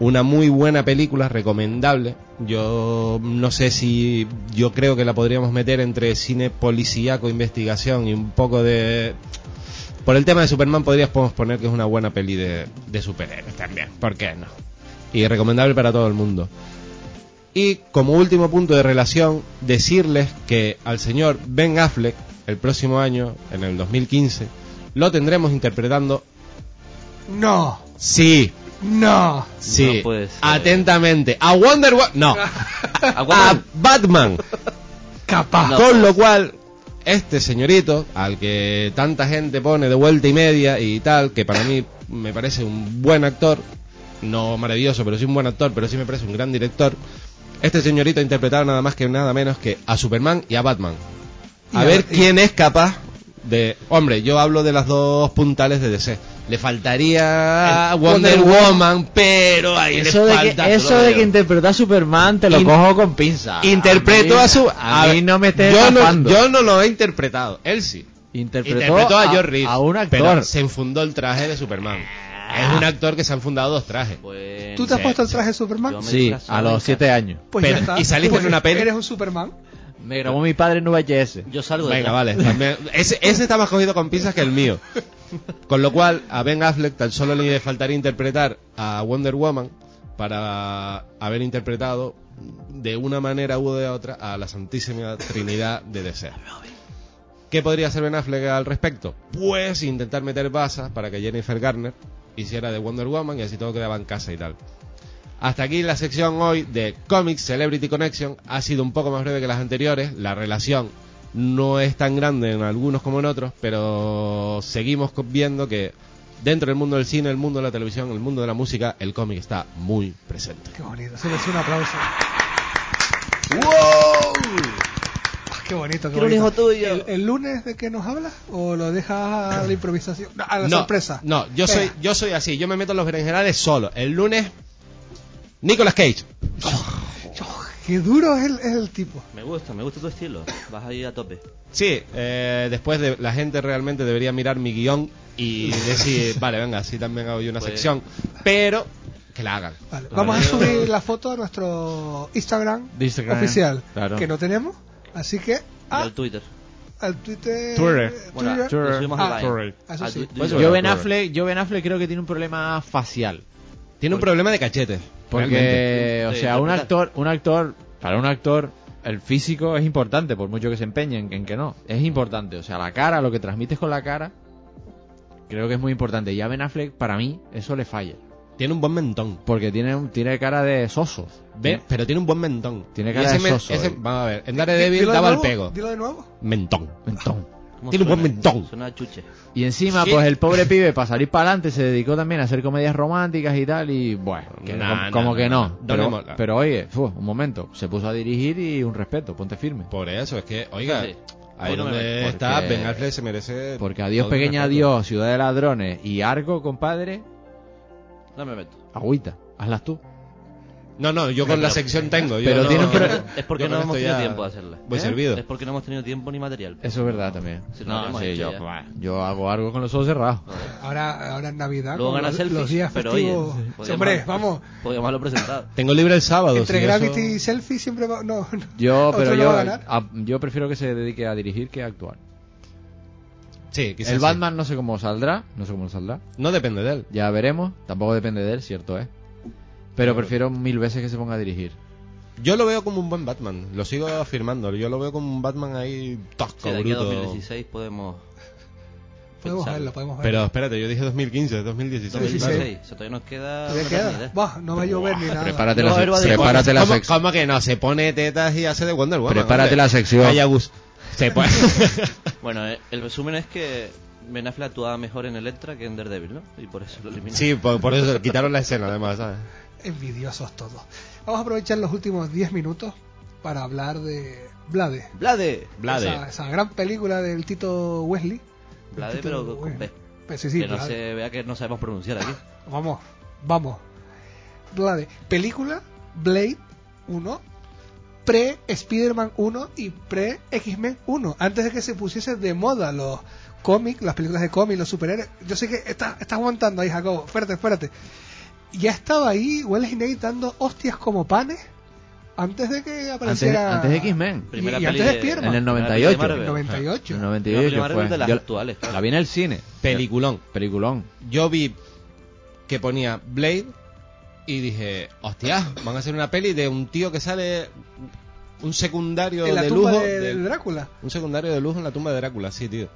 [SPEAKER 5] Una muy buena película, recomendable. Yo no sé si. Yo creo que la podríamos meter entre cine policíaco, investigación y un poco de. Por el tema de Superman, podríamos poner que es una buena peli de, de superhéroes también. ¿Por qué no? Y recomendable para todo el mundo. Y como último punto de relación, decirles que al señor Ben Affleck, el próximo año, en el 2015, lo tendremos interpretando.
[SPEAKER 1] No.
[SPEAKER 5] Sí.
[SPEAKER 1] No.
[SPEAKER 5] Sí. Atentamente. A Wonder Woman. No. A Batman.
[SPEAKER 1] Capaz.
[SPEAKER 5] Con lo cual, este señorito, al que tanta gente pone de vuelta y media y tal, que para mí me parece un buen actor, no maravilloso, pero sí un buen actor, pero sí me parece un gran director, este señorito ha interpretado nada más que nada menos que a Superman y a Batman. A
[SPEAKER 1] Y a-
[SPEAKER 5] ver
[SPEAKER 1] y-
[SPEAKER 5] quién es capaz de... Hombre, yo hablo de las dos puntales de DC. Le faltaría Wonder,
[SPEAKER 3] Wonder
[SPEAKER 5] Woman, pero ahí
[SPEAKER 3] Eso
[SPEAKER 5] le
[SPEAKER 3] de
[SPEAKER 5] falta,
[SPEAKER 3] que, eso
[SPEAKER 5] lo
[SPEAKER 3] de
[SPEAKER 5] veo.
[SPEAKER 3] que interpretó a Superman te lo
[SPEAKER 5] In-
[SPEAKER 3] cojo con pinza.
[SPEAKER 5] Interpretó a su...
[SPEAKER 3] A, mí
[SPEAKER 5] ver,
[SPEAKER 3] no me estés
[SPEAKER 5] yo no,
[SPEAKER 3] tapando.
[SPEAKER 5] yo no lo he interpretado, él sí.
[SPEAKER 3] interpretó,
[SPEAKER 5] Interpretó a, George Reeves,
[SPEAKER 3] a un actor.
[SPEAKER 5] Pero se enfundó el traje de Superman. Es un actor que se han fundado dos trajes.
[SPEAKER 1] ¿Tú te has puesto el traje de Superman?
[SPEAKER 3] sí, a los siete años.
[SPEAKER 1] Pues ya
[SPEAKER 5] Pero-
[SPEAKER 1] está.
[SPEAKER 5] y saliste
[SPEAKER 1] Tú
[SPEAKER 5] en una peli.
[SPEAKER 1] Eres un Superman.
[SPEAKER 3] Me grabó mi padre en VHS.
[SPEAKER 4] Yo salgo de
[SPEAKER 5] Venga,
[SPEAKER 4] traje.
[SPEAKER 5] vale. también- Ese, ese está más cogido con pinzas que el mío. Con lo cual, a Ben Affleck tan solo le faltaría interpretar a Wonder Woman para haber interpretado de una manera u de otra a la Santísima Trinidad de DC. ¿Qué podría hacer Ben Affleck al respecto? Pues intentar meter basas para que Jennifer Garner hiciera de Wonder Woman y así todo quedaba en casa y tal. Hasta aquí la sección hoy de Comics Celebrity Connection. Ha sido un poco más breve que las anteriores. La relación no es tan grande en algunos como en otros, pero seguimos co- viendo que dentro del mundo del cine, el mundo de la televisión, el mundo de la música, el cómic está muy presente.
[SPEAKER 1] Qué bonito. Se le hace un aplauso. Ah, Qué bonito, qué
[SPEAKER 4] Quiero un
[SPEAKER 1] bonito.
[SPEAKER 4] hijo
[SPEAKER 1] ¿El,
[SPEAKER 4] tuyo.
[SPEAKER 1] el lunes de qué nos hablas? ¿O lo dejas a la improvisación? No, A Ah, la
[SPEAKER 5] no,
[SPEAKER 1] sorpresa.
[SPEAKER 5] No,
[SPEAKER 1] Venga.
[SPEAKER 5] yo soy, yo soy así, yo me meto en los berenjenales solo. El lunes, Nicolas Cage.
[SPEAKER 1] Qué duro es el, es el tipo.
[SPEAKER 4] Me gusta, me gusta tu estilo. Vas ahí a tope.
[SPEAKER 5] Sí, eh, después de, la gente realmente debería mirar mi guión y decir, vale, venga, así también hago yo una
[SPEAKER 1] Pues-
[SPEAKER 5] sección, pero que la hagan.
[SPEAKER 1] Vale, Vamos a subir la foto a nuestro Instagram,
[SPEAKER 5] De Instagram,
[SPEAKER 1] oficial,
[SPEAKER 5] claro.
[SPEAKER 1] que no tenemos. Así que
[SPEAKER 4] Y
[SPEAKER 1] a-
[SPEAKER 4] al Twitter.
[SPEAKER 1] al Twitter.
[SPEAKER 4] Bueno,
[SPEAKER 1] Twitter.
[SPEAKER 4] lo subimos
[SPEAKER 1] Ah,
[SPEAKER 4] al Vine.
[SPEAKER 5] Twitter.
[SPEAKER 1] Ah, eso
[SPEAKER 4] Al
[SPEAKER 1] sí.
[SPEAKER 4] Twitter.
[SPEAKER 5] Pues
[SPEAKER 3] yo, ben
[SPEAKER 5] Twitter.
[SPEAKER 3] Affleck, yo Ben Affleck creo que tiene un problema facial.
[SPEAKER 5] Tiene un problema de cachete.
[SPEAKER 3] Porque,
[SPEAKER 5] realmente.
[SPEAKER 3] o sea, un actor, un actor, para un actor, el físico es importante, por mucho que se empeñen en que no. Es importante, o sea, la cara, lo que transmites con la cara, creo que es muy importante. Y a Ben Affleck, para mí, eso le falla.
[SPEAKER 5] Tiene un buen mentón.
[SPEAKER 3] Porque tiene, un- tiene cara de soso.
[SPEAKER 5] Ve, pero tiene un buen mentón.
[SPEAKER 3] Tiene
[SPEAKER 5] Y
[SPEAKER 3] cara
[SPEAKER 5] ese
[SPEAKER 3] de
[SPEAKER 5] men-
[SPEAKER 3] soso.
[SPEAKER 5] ese-
[SPEAKER 3] eh.
[SPEAKER 5] vamos a ver, en
[SPEAKER 1] Di-
[SPEAKER 5] Daredevil
[SPEAKER 1] dilo de
[SPEAKER 5] daba el
[SPEAKER 1] nuevo,
[SPEAKER 5] pego.
[SPEAKER 1] Dilo de nuevo.
[SPEAKER 5] Mentón.
[SPEAKER 3] Mentón.
[SPEAKER 4] ¿Cómo
[SPEAKER 5] Tiene un
[SPEAKER 4] suena?
[SPEAKER 5] buen mentón.
[SPEAKER 4] Suena a chuche.
[SPEAKER 3] Y encima, pues el pobre pibe, para salir para adelante, se dedicó también a hacer comedias románticas y tal. Y bueno, que
[SPEAKER 5] Nah,
[SPEAKER 3] com-
[SPEAKER 5] nah,
[SPEAKER 3] como
[SPEAKER 5] nah,
[SPEAKER 3] que
[SPEAKER 5] nah.
[SPEAKER 3] no.
[SPEAKER 5] No le
[SPEAKER 3] pero,
[SPEAKER 5] mola.
[SPEAKER 3] pero oye, fu, un momento, se puso a dirigir y un respeto, ponte firme.
[SPEAKER 5] Por eso, es que, oiga,
[SPEAKER 4] Sí.
[SPEAKER 5] ahí
[SPEAKER 4] Ahí no me
[SPEAKER 5] donde
[SPEAKER 4] meto.
[SPEAKER 5] está,
[SPEAKER 3] Porque-
[SPEAKER 5] Ben Affleck se merece.
[SPEAKER 3] Porque adiós,
[SPEAKER 5] todo el
[SPEAKER 3] pequeña
[SPEAKER 5] respeto.
[SPEAKER 3] adiós, ciudad de ladrones y Argo, compadre,
[SPEAKER 4] No me meto.
[SPEAKER 3] agüita, hazlas tú.
[SPEAKER 5] No, no, yo con la sección tengo. yo
[SPEAKER 3] Pero
[SPEAKER 5] no-
[SPEAKER 3] tiene un pro-
[SPEAKER 4] Es porque
[SPEAKER 5] yo con
[SPEAKER 4] no
[SPEAKER 5] esto
[SPEAKER 4] hemos tenido
[SPEAKER 5] ya
[SPEAKER 4] tiempo de hacerla.
[SPEAKER 5] Voy
[SPEAKER 3] ¿Eh?
[SPEAKER 5] servido.
[SPEAKER 4] Es porque no hemos tenido tiempo ni material.
[SPEAKER 1] Ah,
[SPEAKER 3] Eso es verdad también.
[SPEAKER 4] Si no,
[SPEAKER 3] no,
[SPEAKER 4] hemos
[SPEAKER 3] sí,
[SPEAKER 4] hecho
[SPEAKER 3] yo,
[SPEAKER 4] ya.
[SPEAKER 3] bah, yo hago algo con los ojos cerrados.
[SPEAKER 1] Ahora, ahora en Navidad.
[SPEAKER 4] Luego
[SPEAKER 1] con
[SPEAKER 4] gana
[SPEAKER 1] los,
[SPEAKER 4] selfies.
[SPEAKER 1] los días
[SPEAKER 4] pero
[SPEAKER 1] festivos.
[SPEAKER 4] oye,
[SPEAKER 1] Sí,
[SPEAKER 4] podíamos-
[SPEAKER 1] hombre, vamos.
[SPEAKER 4] Podíamos haberlo presentado.
[SPEAKER 5] Tengo libre el sábado.
[SPEAKER 1] Entre
[SPEAKER 5] si
[SPEAKER 1] Gravity
[SPEAKER 5] eso-
[SPEAKER 1] y Selfie siempre va. No, no.
[SPEAKER 3] Yo,
[SPEAKER 1] Otro
[SPEAKER 3] pero
[SPEAKER 1] no
[SPEAKER 3] yo,
[SPEAKER 1] va a ganar.
[SPEAKER 3] a- yo prefiero que se dedique a dirigir que a actuar.
[SPEAKER 5] Sí, quizás
[SPEAKER 3] el
[SPEAKER 5] sí.
[SPEAKER 3] Batman no sé cómo saldrá, no sé cómo saldrá.
[SPEAKER 5] No depende de él.
[SPEAKER 3] Ya veremos, tampoco depende de él, cierto es. Pero prefiero mil veces que se ponga a dirigir.
[SPEAKER 5] Yo lo veo como un buen Batman, lo sigo afirmando. Yo lo veo como un Batman ahí tosco,
[SPEAKER 4] Sí, de aquí a
[SPEAKER 5] bruto.
[SPEAKER 4] 2016 podemos.
[SPEAKER 1] Podemos
[SPEAKER 4] pensarlo.
[SPEAKER 1] verlo, podemos verlo.
[SPEAKER 5] Pero espérate, yo dije 2015, es 2016.
[SPEAKER 4] 2016. O sea, todavía nos queda.
[SPEAKER 1] Todavía
[SPEAKER 4] una
[SPEAKER 1] queda.
[SPEAKER 4] eternidad.
[SPEAKER 1] Buah, no va a llover ni nada.
[SPEAKER 3] Prepárate
[SPEAKER 4] No,
[SPEAKER 3] la,
[SPEAKER 4] a ver, va a
[SPEAKER 3] sec-
[SPEAKER 4] decir-
[SPEAKER 3] prepárate la
[SPEAKER 5] ¿Cómo,
[SPEAKER 3] sección.
[SPEAKER 5] cómo que no? Se pone tetas y hace de Wonder Woman.
[SPEAKER 3] Prepárate
[SPEAKER 5] hombre.
[SPEAKER 3] la sección.
[SPEAKER 5] Vaya Gus. Se pone...
[SPEAKER 4] Bueno, eh, el resumen es que Ben Affleck actuaba mejor en Electra que en Daredevil, ¿no? Y por eso lo eliminaron.
[SPEAKER 5] sí, por, por eso quitaron la escena, además, ¿sabes?
[SPEAKER 1] Envidiosos todos. Vamos a aprovechar los últimos 10 minutos para hablar de Blade.
[SPEAKER 4] Blade.
[SPEAKER 5] Blade.
[SPEAKER 1] Esa, esa gran película del Tito Wesley.
[SPEAKER 4] Blade,
[SPEAKER 1] Tito
[SPEAKER 4] pero con
[SPEAKER 1] Wesley.
[SPEAKER 4] B.
[SPEAKER 1] Pues sí, sí,
[SPEAKER 4] que no
[SPEAKER 1] Blade.
[SPEAKER 4] se vea que no sabemos pronunciar aquí.
[SPEAKER 1] Vamos, vamos. Blade. Película Blade 1 pre-Spider-Man 1 y pre-X-Men 1, antes de que se pusiese de moda los cómics, las películas de cómics, los superhéroes. Yo sé que estás está aguantando ahí, Jacobo. Espérate, espérate. Ya estaba ahí Wells y Nate dando hostias como panes antes de que
[SPEAKER 3] Antes,
[SPEAKER 1] apareciera.
[SPEAKER 3] antes de X-Men.
[SPEAKER 1] Y, y antes de Spider-Man.
[SPEAKER 3] En el 98.
[SPEAKER 1] En el 98.
[SPEAKER 3] En el
[SPEAKER 4] La
[SPEAKER 3] 98
[SPEAKER 4] primera
[SPEAKER 3] fue.
[SPEAKER 4] Marvel de las
[SPEAKER 3] Yo la-
[SPEAKER 4] actuales, claro.
[SPEAKER 3] La vi en el cine.
[SPEAKER 5] Peliculón.
[SPEAKER 3] Peliculón.
[SPEAKER 5] Yo vi que ponía Blade y dije, hostia, van a hacer una peli de un tío que sale un secundario
[SPEAKER 1] En la
[SPEAKER 5] de
[SPEAKER 1] tumba
[SPEAKER 5] lujo.
[SPEAKER 1] de,
[SPEAKER 5] de-
[SPEAKER 1] de Drácula.
[SPEAKER 5] un secundario de lujo en la tumba de Drácula, sí, tío.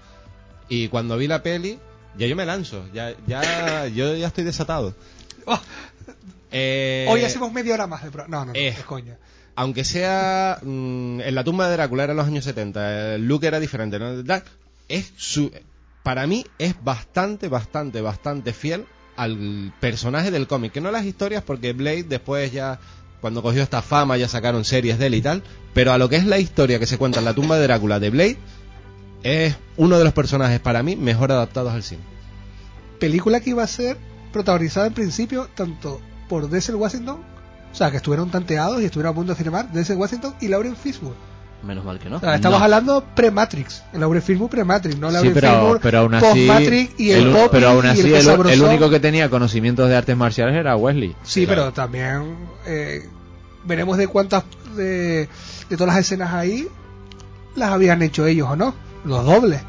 [SPEAKER 5] Y cuando vi la peli, ya yo me lanzo, ya, ya, yo ya estoy desatado. Eh,
[SPEAKER 1] Oh, Hoy hacemos media hora más de pro- No, no, no,
[SPEAKER 5] eh.
[SPEAKER 1] es coña.
[SPEAKER 5] aunque sea mm, en la tumba de Drácula era en los años 70, el look era diferente, ¿no? Da- es su, para mí es bastante, bastante, bastante fiel al personaje del cómic, que no las historias porque Blade después ya cuando cogió esta fama ya sacaron series de él y tal, pero a lo que es la historia que se cuenta en la tumba de Drácula de Blade es uno de los personajes para mí mejor adaptados al cine.
[SPEAKER 1] Película que iba a ser protagonizada en principio tanto por Denzel Washington, o sea, que estuvieron tanteados y estuvieron a punto de firmar Denzel Washington y Lauren Fishburne.
[SPEAKER 4] Menos mal que no.
[SPEAKER 1] O sea, estamos
[SPEAKER 4] No.
[SPEAKER 1] hablando pre-Matrix, el Lauren Fishburne pre-Matrix, no Lauren
[SPEAKER 3] sí, pero,
[SPEAKER 1] Fishburne
[SPEAKER 3] pero aún así,
[SPEAKER 1] post-Matrix y el,
[SPEAKER 3] el-
[SPEAKER 1] pop
[SPEAKER 3] pero aún
[SPEAKER 1] y
[SPEAKER 3] así
[SPEAKER 1] el,
[SPEAKER 3] el,
[SPEAKER 1] que
[SPEAKER 3] el
[SPEAKER 1] sabrosó.
[SPEAKER 3] único que tenía conocimientos de artes marciales era Wesley.
[SPEAKER 1] Sí, pero también eh, veremos de cuántas de, de todas las escenas ahí las habían hecho ellos o no, los dobles.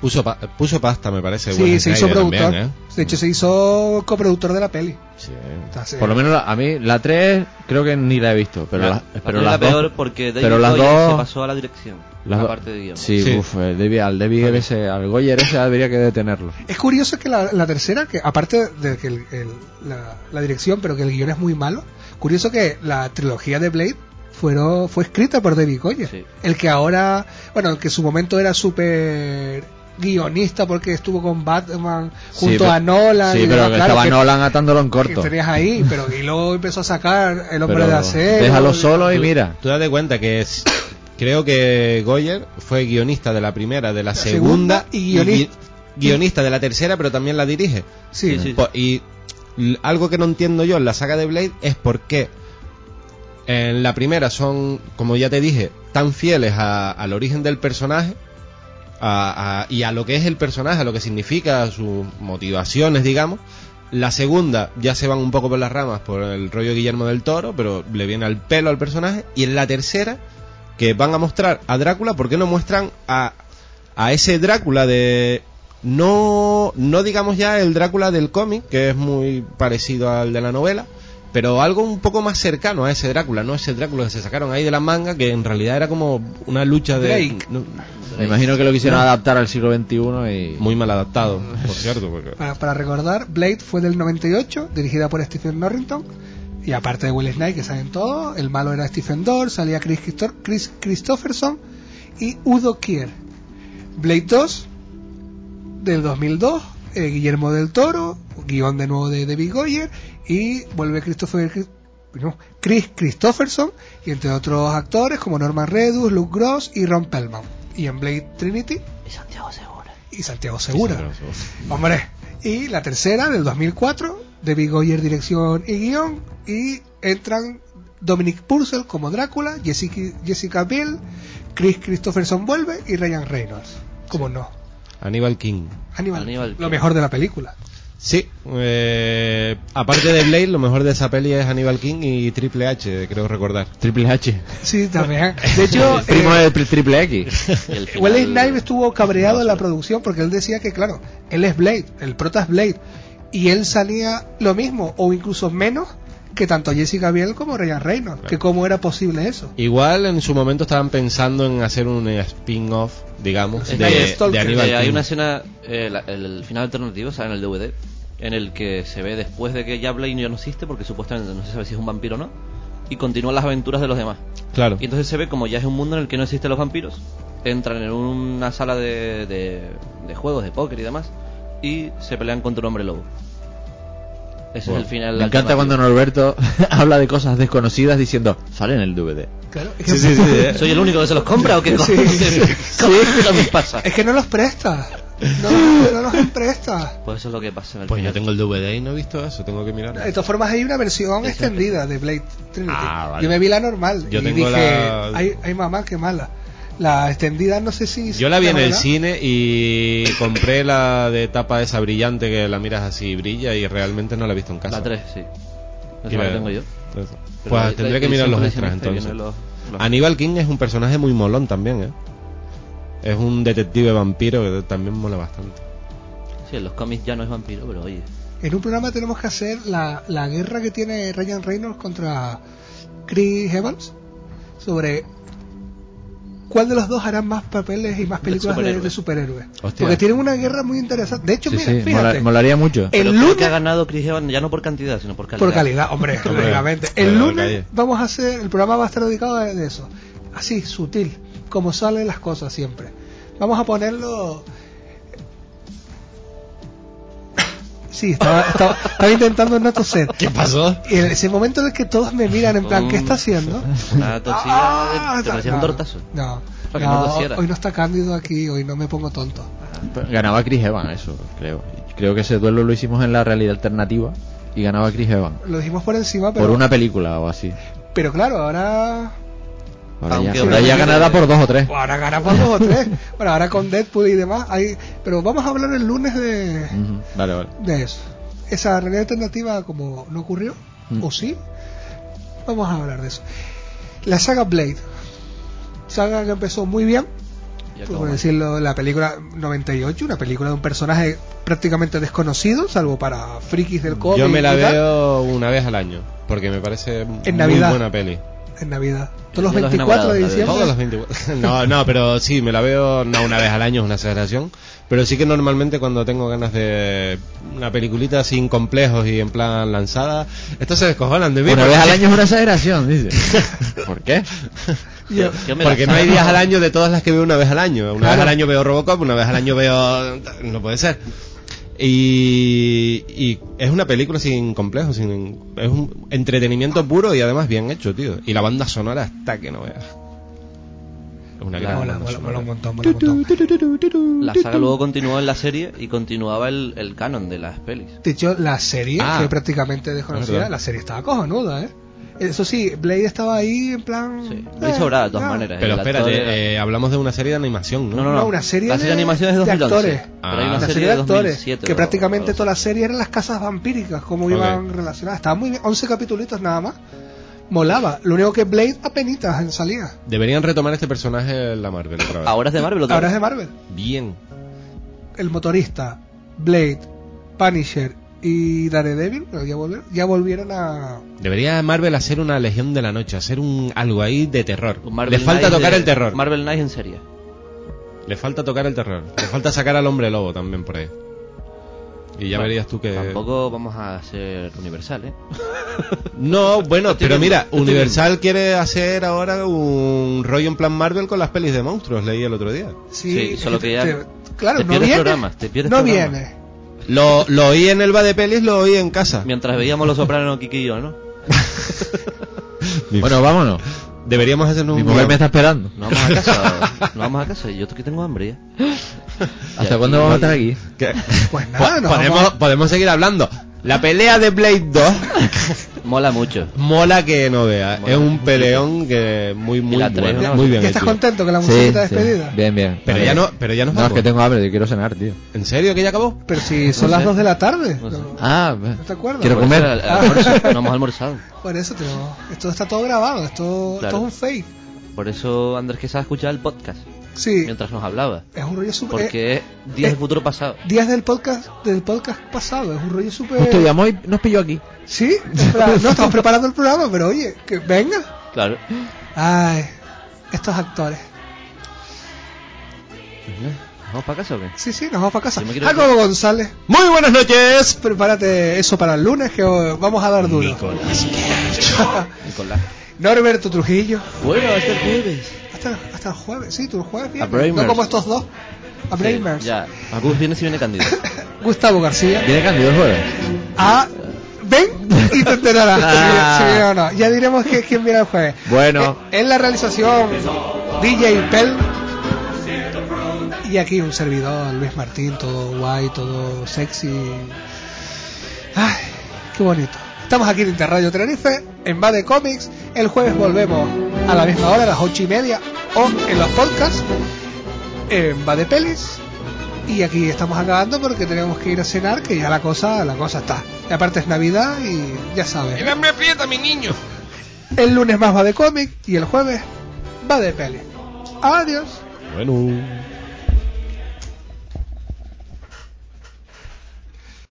[SPEAKER 5] Puso, pa- puso pasta, me parece.
[SPEAKER 1] Sí,
[SPEAKER 5] Wes
[SPEAKER 1] se hizo
[SPEAKER 5] Snyder
[SPEAKER 1] productor.
[SPEAKER 5] también, ¿eh?
[SPEAKER 1] De hecho, se hizo coproductor de la peli.
[SPEAKER 5] Sí.
[SPEAKER 1] Entonces,
[SPEAKER 3] Por lo menos la- a mí la 3 creo que ni la he visto, pero,
[SPEAKER 4] La-
[SPEAKER 3] las-
[SPEAKER 4] la
[SPEAKER 3] pero
[SPEAKER 4] primera
[SPEAKER 3] las
[SPEAKER 4] peor
[SPEAKER 3] dos,
[SPEAKER 4] porque David
[SPEAKER 3] pero las
[SPEAKER 4] Goyer
[SPEAKER 3] dos,
[SPEAKER 4] se pasó a la dirección,
[SPEAKER 3] las
[SPEAKER 4] la
[SPEAKER 3] do-
[SPEAKER 4] parte de guion.
[SPEAKER 3] Sí,
[SPEAKER 4] Sí.
[SPEAKER 3] uf, eh, David- al David ese, al Goyer ese debería que detenerlo.
[SPEAKER 1] Es curioso que la, la tercera, que aparte de que el- el- la, la dirección, pero que el guión es muy malo, curioso que la trilogía de Blade fueron, fue escrita por David Goyer. El que ahora, bueno, el que en su momento era súper guionista porque estuvo con Batman
[SPEAKER 3] Sí,
[SPEAKER 1] junto
[SPEAKER 3] pe-
[SPEAKER 1] a Nolan.
[SPEAKER 3] Sí,
[SPEAKER 1] y
[SPEAKER 3] pero
[SPEAKER 1] demás,
[SPEAKER 3] que
[SPEAKER 1] claro,
[SPEAKER 3] estaba
[SPEAKER 1] que-
[SPEAKER 3] Nolan atándolo en
[SPEAKER 1] que
[SPEAKER 3] corto.
[SPEAKER 1] tenías ahí, pero y luego empezó a sacar El Hombre
[SPEAKER 3] Pero
[SPEAKER 1] de Acero.
[SPEAKER 3] déjalo solo y
[SPEAKER 5] Tú-
[SPEAKER 3] mira.
[SPEAKER 5] Tú date cuenta que es- creo que Goyer fue guionista de la primera, de la,
[SPEAKER 1] segunda
[SPEAKER 5] segunda,
[SPEAKER 1] y guionista-
[SPEAKER 5] gui- guionista de la tercera, pero también la dirige.
[SPEAKER 1] Sí.
[SPEAKER 5] Po- Y l- algo que no entiendo yo en la saga de Blade es por qué en la primera son, como ya te dije, tan fieles a- al origen del personaje a- a- y a lo que es el personaje, a lo que significa, a sus motivaciones, digamos. La segunda ya se van un poco por las ramas por el rollo Guillermo del Toro, pero le viene al pelo al personaje. Y en la tercera, que van a mostrar a Drácula, ¿por qué no muestran a, a ese Drácula de... No, no digamos ya el Drácula del cómic, que es muy parecido al de la novela, pero algo un poco más cercano a ese Drácula, no ese Drácula que se sacaron ahí de la manga, que en realidad era como una lucha de...
[SPEAKER 1] Drake.
[SPEAKER 5] no-
[SPEAKER 3] Me imagino que lo quisieron adaptar al siglo XXI y...
[SPEAKER 5] Muy mal adaptado, por cierto. Porque...
[SPEAKER 1] Para, para recordar, Blade fue del 98, dirigida por Stephen Norrington. Y aparte de Will Snide, que saben todo, el malo era Stephen Dorr, salía Chris, Christo- Chris Christopherson y Udo Kier. Blade 2, del 2002, eh, Guillermo del Toro, guión de nuevo de David Goyer, y vuelve Christopher, Chris- no, Chris Christopherson, y entre otros actores como Norman Redus, Luke Gross y Ron Pellman. Y en Blade Trinity. Y Santiago Segura. Y Santiago Segura. Hombre, y la tercera del 2004, David Goyer dirección y guión, y entran Dominic Purcell como Drácula, Jessica, Jessica Biel, Chris Christopherson vuelve y Ryan Reynolds. ¿Cómo no?
[SPEAKER 5] Aníbal King.
[SPEAKER 1] Aníbal, lo mejor de la película.
[SPEAKER 5] Sí, eh, aparte de Blade, lo mejor de esa peli es Aníbal King y Triple H, creo recordar.
[SPEAKER 3] Triple H.
[SPEAKER 1] Sí, también. De hecho, eh,
[SPEAKER 3] Primo de tri- Triple X.
[SPEAKER 1] Wesley Snipes estuvo cabreado en la producción porque él decía que, claro, él es Blade, el prota es Blade, y él salía lo mismo o incluso menos que tanto Jessica Biel como Ryan Reynolds, que cómo era posible eso.
[SPEAKER 5] Igual en su momento estaban pensando en hacer un eh, spin-off, digamos, de, de Aníbal
[SPEAKER 4] Eh,
[SPEAKER 5] King.
[SPEAKER 4] hay una escena, eh, la- el, el final alternativo, o sea, en el DVD, en el que se ve después de que ya Blaine ya no existe, porque supuestamente no se sabe si es un vampiro o no, y continúan las aventuras de los demás.
[SPEAKER 5] Claro.
[SPEAKER 4] Y entonces se ve como ya es un mundo en el que no existen los vampiros, entran en una sala de, de- de juegos, de póker y demás, y se pelean contra un hombre lobo. Ese es el final.
[SPEAKER 3] Me encanta cuando Norberto habla de cosas desconocidas diciendo, sale en el DVD.
[SPEAKER 1] Claro, es que-
[SPEAKER 4] alternativo. ¿Soy el único que se los compra o qué
[SPEAKER 1] Sí,
[SPEAKER 4] cojones?
[SPEAKER 1] sí.
[SPEAKER 4] ¿Qué cojones pasa?
[SPEAKER 1] Es que no los presta. No, no nos emprestas.
[SPEAKER 4] Pues eso es lo que pasa en el
[SPEAKER 5] Pues yo
[SPEAKER 4] final.
[SPEAKER 5] tengo el DVD y no he visto eso, tengo que mirar.
[SPEAKER 1] De todas formas, hay una versión
[SPEAKER 5] Eso es
[SPEAKER 1] extendida de Blade Trinity.
[SPEAKER 5] Ah, vale.
[SPEAKER 1] Yo me vi la normal
[SPEAKER 5] Yo
[SPEAKER 1] y
[SPEAKER 5] tengo
[SPEAKER 1] dije,
[SPEAKER 5] la-
[SPEAKER 1] hay, hay mamá que mala. La extendida no sé si...
[SPEAKER 5] Yo la vi en el
[SPEAKER 1] ¿verdad?
[SPEAKER 5] cine y compré la de tapa esa brillante que la miras así y brilla y realmente no la he visto en casa.
[SPEAKER 4] La 3, sí. Esa
[SPEAKER 5] Y
[SPEAKER 4] la tengo yo.
[SPEAKER 5] Pues
[SPEAKER 4] Pero la-
[SPEAKER 5] tendré
[SPEAKER 4] la-
[SPEAKER 5] que
[SPEAKER 4] la
[SPEAKER 5] mirar
[SPEAKER 4] edición
[SPEAKER 5] los extras
[SPEAKER 4] coleccionista
[SPEAKER 5] entonces.
[SPEAKER 4] viene los- los-
[SPEAKER 5] Aníbal King es un personaje muy molón también, ¿eh? Es un detective vampiro que también mola bastante.
[SPEAKER 4] Sí, en los cómics ya no es vampiro, pero oye.
[SPEAKER 1] En un programa tenemos que hacer la, la guerra que tiene Ryan Reynolds contra Chris Evans sobre cuál de los dos hará más papeles y más películas de,
[SPEAKER 4] superhéroe.
[SPEAKER 1] de superhéroes.
[SPEAKER 4] Hostia.
[SPEAKER 1] Porque tienen una guerra muy interesante. De hecho,
[SPEAKER 3] Sí,
[SPEAKER 1] mira,
[SPEAKER 3] sí,
[SPEAKER 1] fíjate.
[SPEAKER 3] mola- molaría mucho.
[SPEAKER 1] El
[SPEAKER 4] Pero creo
[SPEAKER 1] lunes-
[SPEAKER 4] que ha ganado Chris Evans ya no por cantidad, sino por calidad.
[SPEAKER 1] Por calidad, hombre,
[SPEAKER 4] Hombre,
[SPEAKER 1] lógicamente.
[SPEAKER 4] pero
[SPEAKER 1] El lunes
[SPEAKER 4] calle.
[SPEAKER 1] vamos a hacer, el programa va a estar dedicado a de eso. Así, sutil, como salen las cosas siempre. Vamos a ponerlo. Sí, estaba, estaba- estaba intentando no toser.
[SPEAKER 5] ¿Qué pasó?
[SPEAKER 1] Y en ese momento en el que todos me miran, en plan, ¿qué está haciendo?
[SPEAKER 4] Una tosida,
[SPEAKER 1] Ah,
[SPEAKER 4] de- te parecía un
[SPEAKER 1] no,
[SPEAKER 4] eh, tortazo.
[SPEAKER 1] No,
[SPEAKER 4] Para que no
[SPEAKER 1] no,
[SPEAKER 4] tosiera.
[SPEAKER 1] hoy no está Cándido aquí, hoy no me pongo tonto.
[SPEAKER 3] Ganaba Chris Evans, eso, creo. Creo que ese duelo lo hicimos en la realidad alternativa y ganaba Chris Evans.
[SPEAKER 1] Lo dijimos por encima, Ah, pero,
[SPEAKER 3] Por una película o así.
[SPEAKER 1] pero claro, ahora
[SPEAKER 3] Ahora
[SPEAKER 4] Aunque
[SPEAKER 3] ya, ahora ya
[SPEAKER 4] obviamente-
[SPEAKER 3] ganada por dos o tres.
[SPEAKER 1] Pues Ahora ganamos dos o tres. Bueno, ahora con Deadpool y demás. Hay... Pero vamos a hablar el lunes de,
[SPEAKER 3] Ujú, Vale, vale.
[SPEAKER 1] de eso. Esa realidad alternativa, como no ocurrió,
[SPEAKER 3] Mm.
[SPEAKER 1] o sí, vamos a hablar de eso. La saga Blade. Saga que empezó muy bien,
[SPEAKER 4] Y acabó
[SPEAKER 1] por
[SPEAKER 4] mal.
[SPEAKER 1] decirlo, la película 98, una película de un personaje prácticamente desconocido, salvo para frikis del cómic.
[SPEAKER 5] Yo me la
[SPEAKER 1] y tal,
[SPEAKER 5] veo una vez al año, porque me parece muy
[SPEAKER 1] Navidad.
[SPEAKER 5] buena peli.
[SPEAKER 1] En Navidad. Todos
[SPEAKER 4] Día
[SPEAKER 1] los
[SPEAKER 4] de los
[SPEAKER 1] 24 de
[SPEAKER 4] Enamorados, la
[SPEAKER 1] diciembre.
[SPEAKER 5] Todos los 24. No, no, pero sí, me la veo no una vez al año, es una exageración. Pero sí que normalmente cuando tengo ganas de una peliculita sin complejos y en plan lanzada, estos se descojonan de mí.
[SPEAKER 3] Una vez
[SPEAKER 5] porque-
[SPEAKER 3] al año es una exageración, dice. ¿Por qué?
[SPEAKER 1] Yo-
[SPEAKER 4] Yo me la
[SPEAKER 5] Porque no hay
[SPEAKER 4] saco.
[SPEAKER 5] días al año de todas las que veo una vez al año. Una
[SPEAKER 1] Claro.
[SPEAKER 5] vez al año veo Robocop, una vez al año veo... No puede ser. Y, y es una película sin complejos, sin, es un entretenimiento puro y además bien hecho, tío. Y la banda sonora está que no veas. Es una gran
[SPEAKER 1] Mola,
[SPEAKER 5] banda
[SPEAKER 1] mola,
[SPEAKER 5] sonora.
[SPEAKER 1] mola un montón, mola un montón.
[SPEAKER 4] La saga luego continuó en la serie y continuaba el, el canon de las pelis.
[SPEAKER 1] De hecho, la serie,
[SPEAKER 5] Ah.
[SPEAKER 1] que prácticamente desconocida,
[SPEAKER 5] Verdad.
[SPEAKER 1] la serie estaba cojonuda, ¿eh? Eso sí, Blade estaba ahí en plan...
[SPEAKER 4] Sí.
[SPEAKER 1] eh,
[SPEAKER 4] Muy sobrada de todas
[SPEAKER 1] ya.
[SPEAKER 4] maneras.
[SPEAKER 5] Pero
[SPEAKER 4] El actor
[SPEAKER 5] espérate,
[SPEAKER 4] era-
[SPEAKER 5] eh, hablamos de una serie de animación, ¿no?
[SPEAKER 4] No, no,
[SPEAKER 1] No,
[SPEAKER 4] no.
[SPEAKER 1] una serie
[SPEAKER 4] la serie de,
[SPEAKER 1] de-
[SPEAKER 4] animación es
[SPEAKER 1] de
[SPEAKER 4] 2011.
[SPEAKER 1] actores.
[SPEAKER 4] Pero hay
[SPEAKER 5] Ah.
[SPEAKER 4] una
[SPEAKER 1] La
[SPEAKER 4] serie,
[SPEAKER 1] serie de
[SPEAKER 4] de
[SPEAKER 1] actores,
[SPEAKER 4] 2007,
[SPEAKER 1] que
[SPEAKER 4] o-
[SPEAKER 1] prácticamente
[SPEAKER 4] o-
[SPEAKER 1] toda la serie eran las casas vampíricas, como
[SPEAKER 5] Ok.
[SPEAKER 1] iban relacionadas. Estaba muy bien, 11 capítulos nada más. Molaba. Lo único que Blade apenitas en salida.
[SPEAKER 5] Deberían retomar este personaje en la Marvel otra vez.
[SPEAKER 4] Ahora es de Marvel otra
[SPEAKER 1] Ahora es de
[SPEAKER 4] vez.
[SPEAKER 1] Marvel.
[SPEAKER 5] Bien.
[SPEAKER 1] El motorista, Blade, Punisher y Daredevil, pero ya, volvieron, ya volvieron a...
[SPEAKER 5] Debería Marvel hacer una Legión de la Noche, hacer un algo ahí de terror.
[SPEAKER 4] Un Marvel
[SPEAKER 5] Le falta
[SPEAKER 4] Knights
[SPEAKER 5] tocar
[SPEAKER 4] de-
[SPEAKER 5] el terror. Eh.
[SPEAKER 4] Marvel Knights en serie.
[SPEAKER 5] Le falta tocar el terror. Le falta sacar al hombre lobo también por ahí. Y ya
[SPEAKER 4] Bueno,
[SPEAKER 5] verías tú que...
[SPEAKER 4] Tampoco vamos a ser universal, ¿eh?
[SPEAKER 5] No, bueno,
[SPEAKER 4] estoy
[SPEAKER 5] pero
[SPEAKER 4] viendo,
[SPEAKER 5] mira,
[SPEAKER 4] lo estoy
[SPEAKER 5] Universal quiere hacer ahora un rollo en plan Marvel con las pelis de monstruos, leí el otro día.
[SPEAKER 1] Sí,
[SPEAKER 4] Sí, solo que ya-
[SPEAKER 1] claro,
[SPEAKER 4] te
[SPEAKER 1] no
[SPEAKER 4] pierdes
[SPEAKER 1] viene.
[SPEAKER 4] programas, te pierdes
[SPEAKER 1] no
[SPEAKER 4] programas.
[SPEAKER 1] viene.
[SPEAKER 5] Lo, lo oí en el va de pelis, lo oí en casa.
[SPEAKER 4] Mientras veíamos Los Sopranos, Kiki y yo, ¿no?
[SPEAKER 3] Bueno, vámonos.
[SPEAKER 5] Deberíamos hacernos
[SPEAKER 3] Mi
[SPEAKER 5] un...
[SPEAKER 3] mujer me está esperando.
[SPEAKER 4] No vamos a casa. no vamos a casa. Yo que tengo hambre ¿eh? ya.
[SPEAKER 3] ¿Hasta cuándo vamos a estar aquí?
[SPEAKER 5] ¿Qué?
[SPEAKER 1] Pues
[SPEAKER 5] Po-
[SPEAKER 1] nada, nos
[SPEAKER 5] podemos,
[SPEAKER 1] vamos
[SPEAKER 5] podemos seguir hablando. La pelea de Blade 2
[SPEAKER 4] Mola mucho.
[SPEAKER 5] mola que no vea.
[SPEAKER 4] Mola.
[SPEAKER 5] es un peleón que muy muy
[SPEAKER 4] Y la tres,
[SPEAKER 5] bueno,
[SPEAKER 4] ¿no?
[SPEAKER 5] muy
[SPEAKER 1] ¿Ya
[SPEAKER 5] bien.
[SPEAKER 1] estás
[SPEAKER 5] hecho.
[SPEAKER 1] contento con la musiquita
[SPEAKER 3] sí.
[SPEAKER 1] despedida?
[SPEAKER 3] Bien, bien.
[SPEAKER 5] Pero
[SPEAKER 3] Vale.
[SPEAKER 5] ya no, pero ya nos
[SPEAKER 3] No, es
[SPEAKER 5] vamos.
[SPEAKER 3] que tengo hambre, yo quiero cenar, tío.
[SPEAKER 5] ¿En serio que ya acabó?
[SPEAKER 1] Pero si son
[SPEAKER 4] No
[SPEAKER 1] las
[SPEAKER 4] sé.
[SPEAKER 1] 2 de la tarde.
[SPEAKER 4] No
[SPEAKER 1] No,
[SPEAKER 4] sé.
[SPEAKER 3] Ah,
[SPEAKER 1] ¿No te acuerdas?
[SPEAKER 3] quiero
[SPEAKER 4] Por eso
[SPEAKER 3] comer.
[SPEAKER 4] al- al almuerzo, no hemos almorzado.
[SPEAKER 1] Por eso te lo- Esto está todo grabado, esto, esto
[SPEAKER 4] Claro.
[SPEAKER 1] es un fake.
[SPEAKER 4] Por eso Andrés que sabe escuchar el podcast
[SPEAKER 1] Sí,
[SPEAKER 4] mientras nos hablaba.
[SPEAKER 1] es un rollo súper. eh,
[SPEAKER 4] Porque es días
[SPEAKER 1] eh,
[SPEAKER 4] de futuro pasado.
[SPEAKER 1] días del podcast del podcast pasado, es un rollo
[SPEAKER 3] Justo
[SPEAKER 1] súper.
[SPEAKER 3] llamó y nos pilló aquí.
[SPEAKER 1] Sí, en plan, no estamos preparando el programa, pero oye, que venga.
[SPEAKER 4] Claro.
[SPEAKER 1] Ay, estos actores.
[SPEAKER 4] ¿Vamos para casa o qué?
[SPEAKER 1] Sí, sí, nos vamos para casa.
[SPEAKER 4] Yo me quiero-
[SPEAKER 1] Jacobo González,
[SPEAKER 5] Muy buenas noches.
[SPEAKER 1] prepárate eso para el lunes que eh, vamos a dar duro.
[SPEAKER 4] Nicolás.
[SPEAKER 1] Norberto Trujillo.
[SPEAKER 4] Bueno, hasta el jueves.
[SPEAKER 1] Hasta, hasta el jueves, sí, tú el jueves
[SPEAKER 4] A
[SPEAKER 1] vienes.
[SPEAKER 4] Braimers.
[SPEAKER 1] No como estos dos. A
[SPEAKER 4] Sí,
[SPEAKER 1] Braimers.
[SPEAKER 4] ya. Agus viene si viene Candido.
[SPEAKER 1] Gustavo García.
[SPEAKER 3] Viene Candido el jueves.
[SPEAKER 1] Ah, ven y te enterarás si viene-
[SPEAKER 3] Ah.
[SPEAKER 1] si viene o no. Ya diremos que, quién viene el jueves.
[SPEAKER 3] Bueno.
[SPEAKER 1] Eh, en la realización, DJ Pel. Y Y aquí un servidor, Luis Martín, todo guay, todo sexy. Ay, qué bonito. Estamos aquí en Interradio Tenerife, en Bade Comics. El jueves volvemos a la misma hora, a las ocho y media, o en los podcasts, en Bade Pelis. Y aquí estamos acabando porque tenemos que ir a cenar, que ya la cosa, la cosa está. Y aparte es Navidad y ya sabes.
[SPEAKER 15] El hambre aprieta, mi niño.
[SPEAKER 1] El lunes más va de cómic y el jueves va de peli. Adiós.
[SPEAKER 5] Bueno.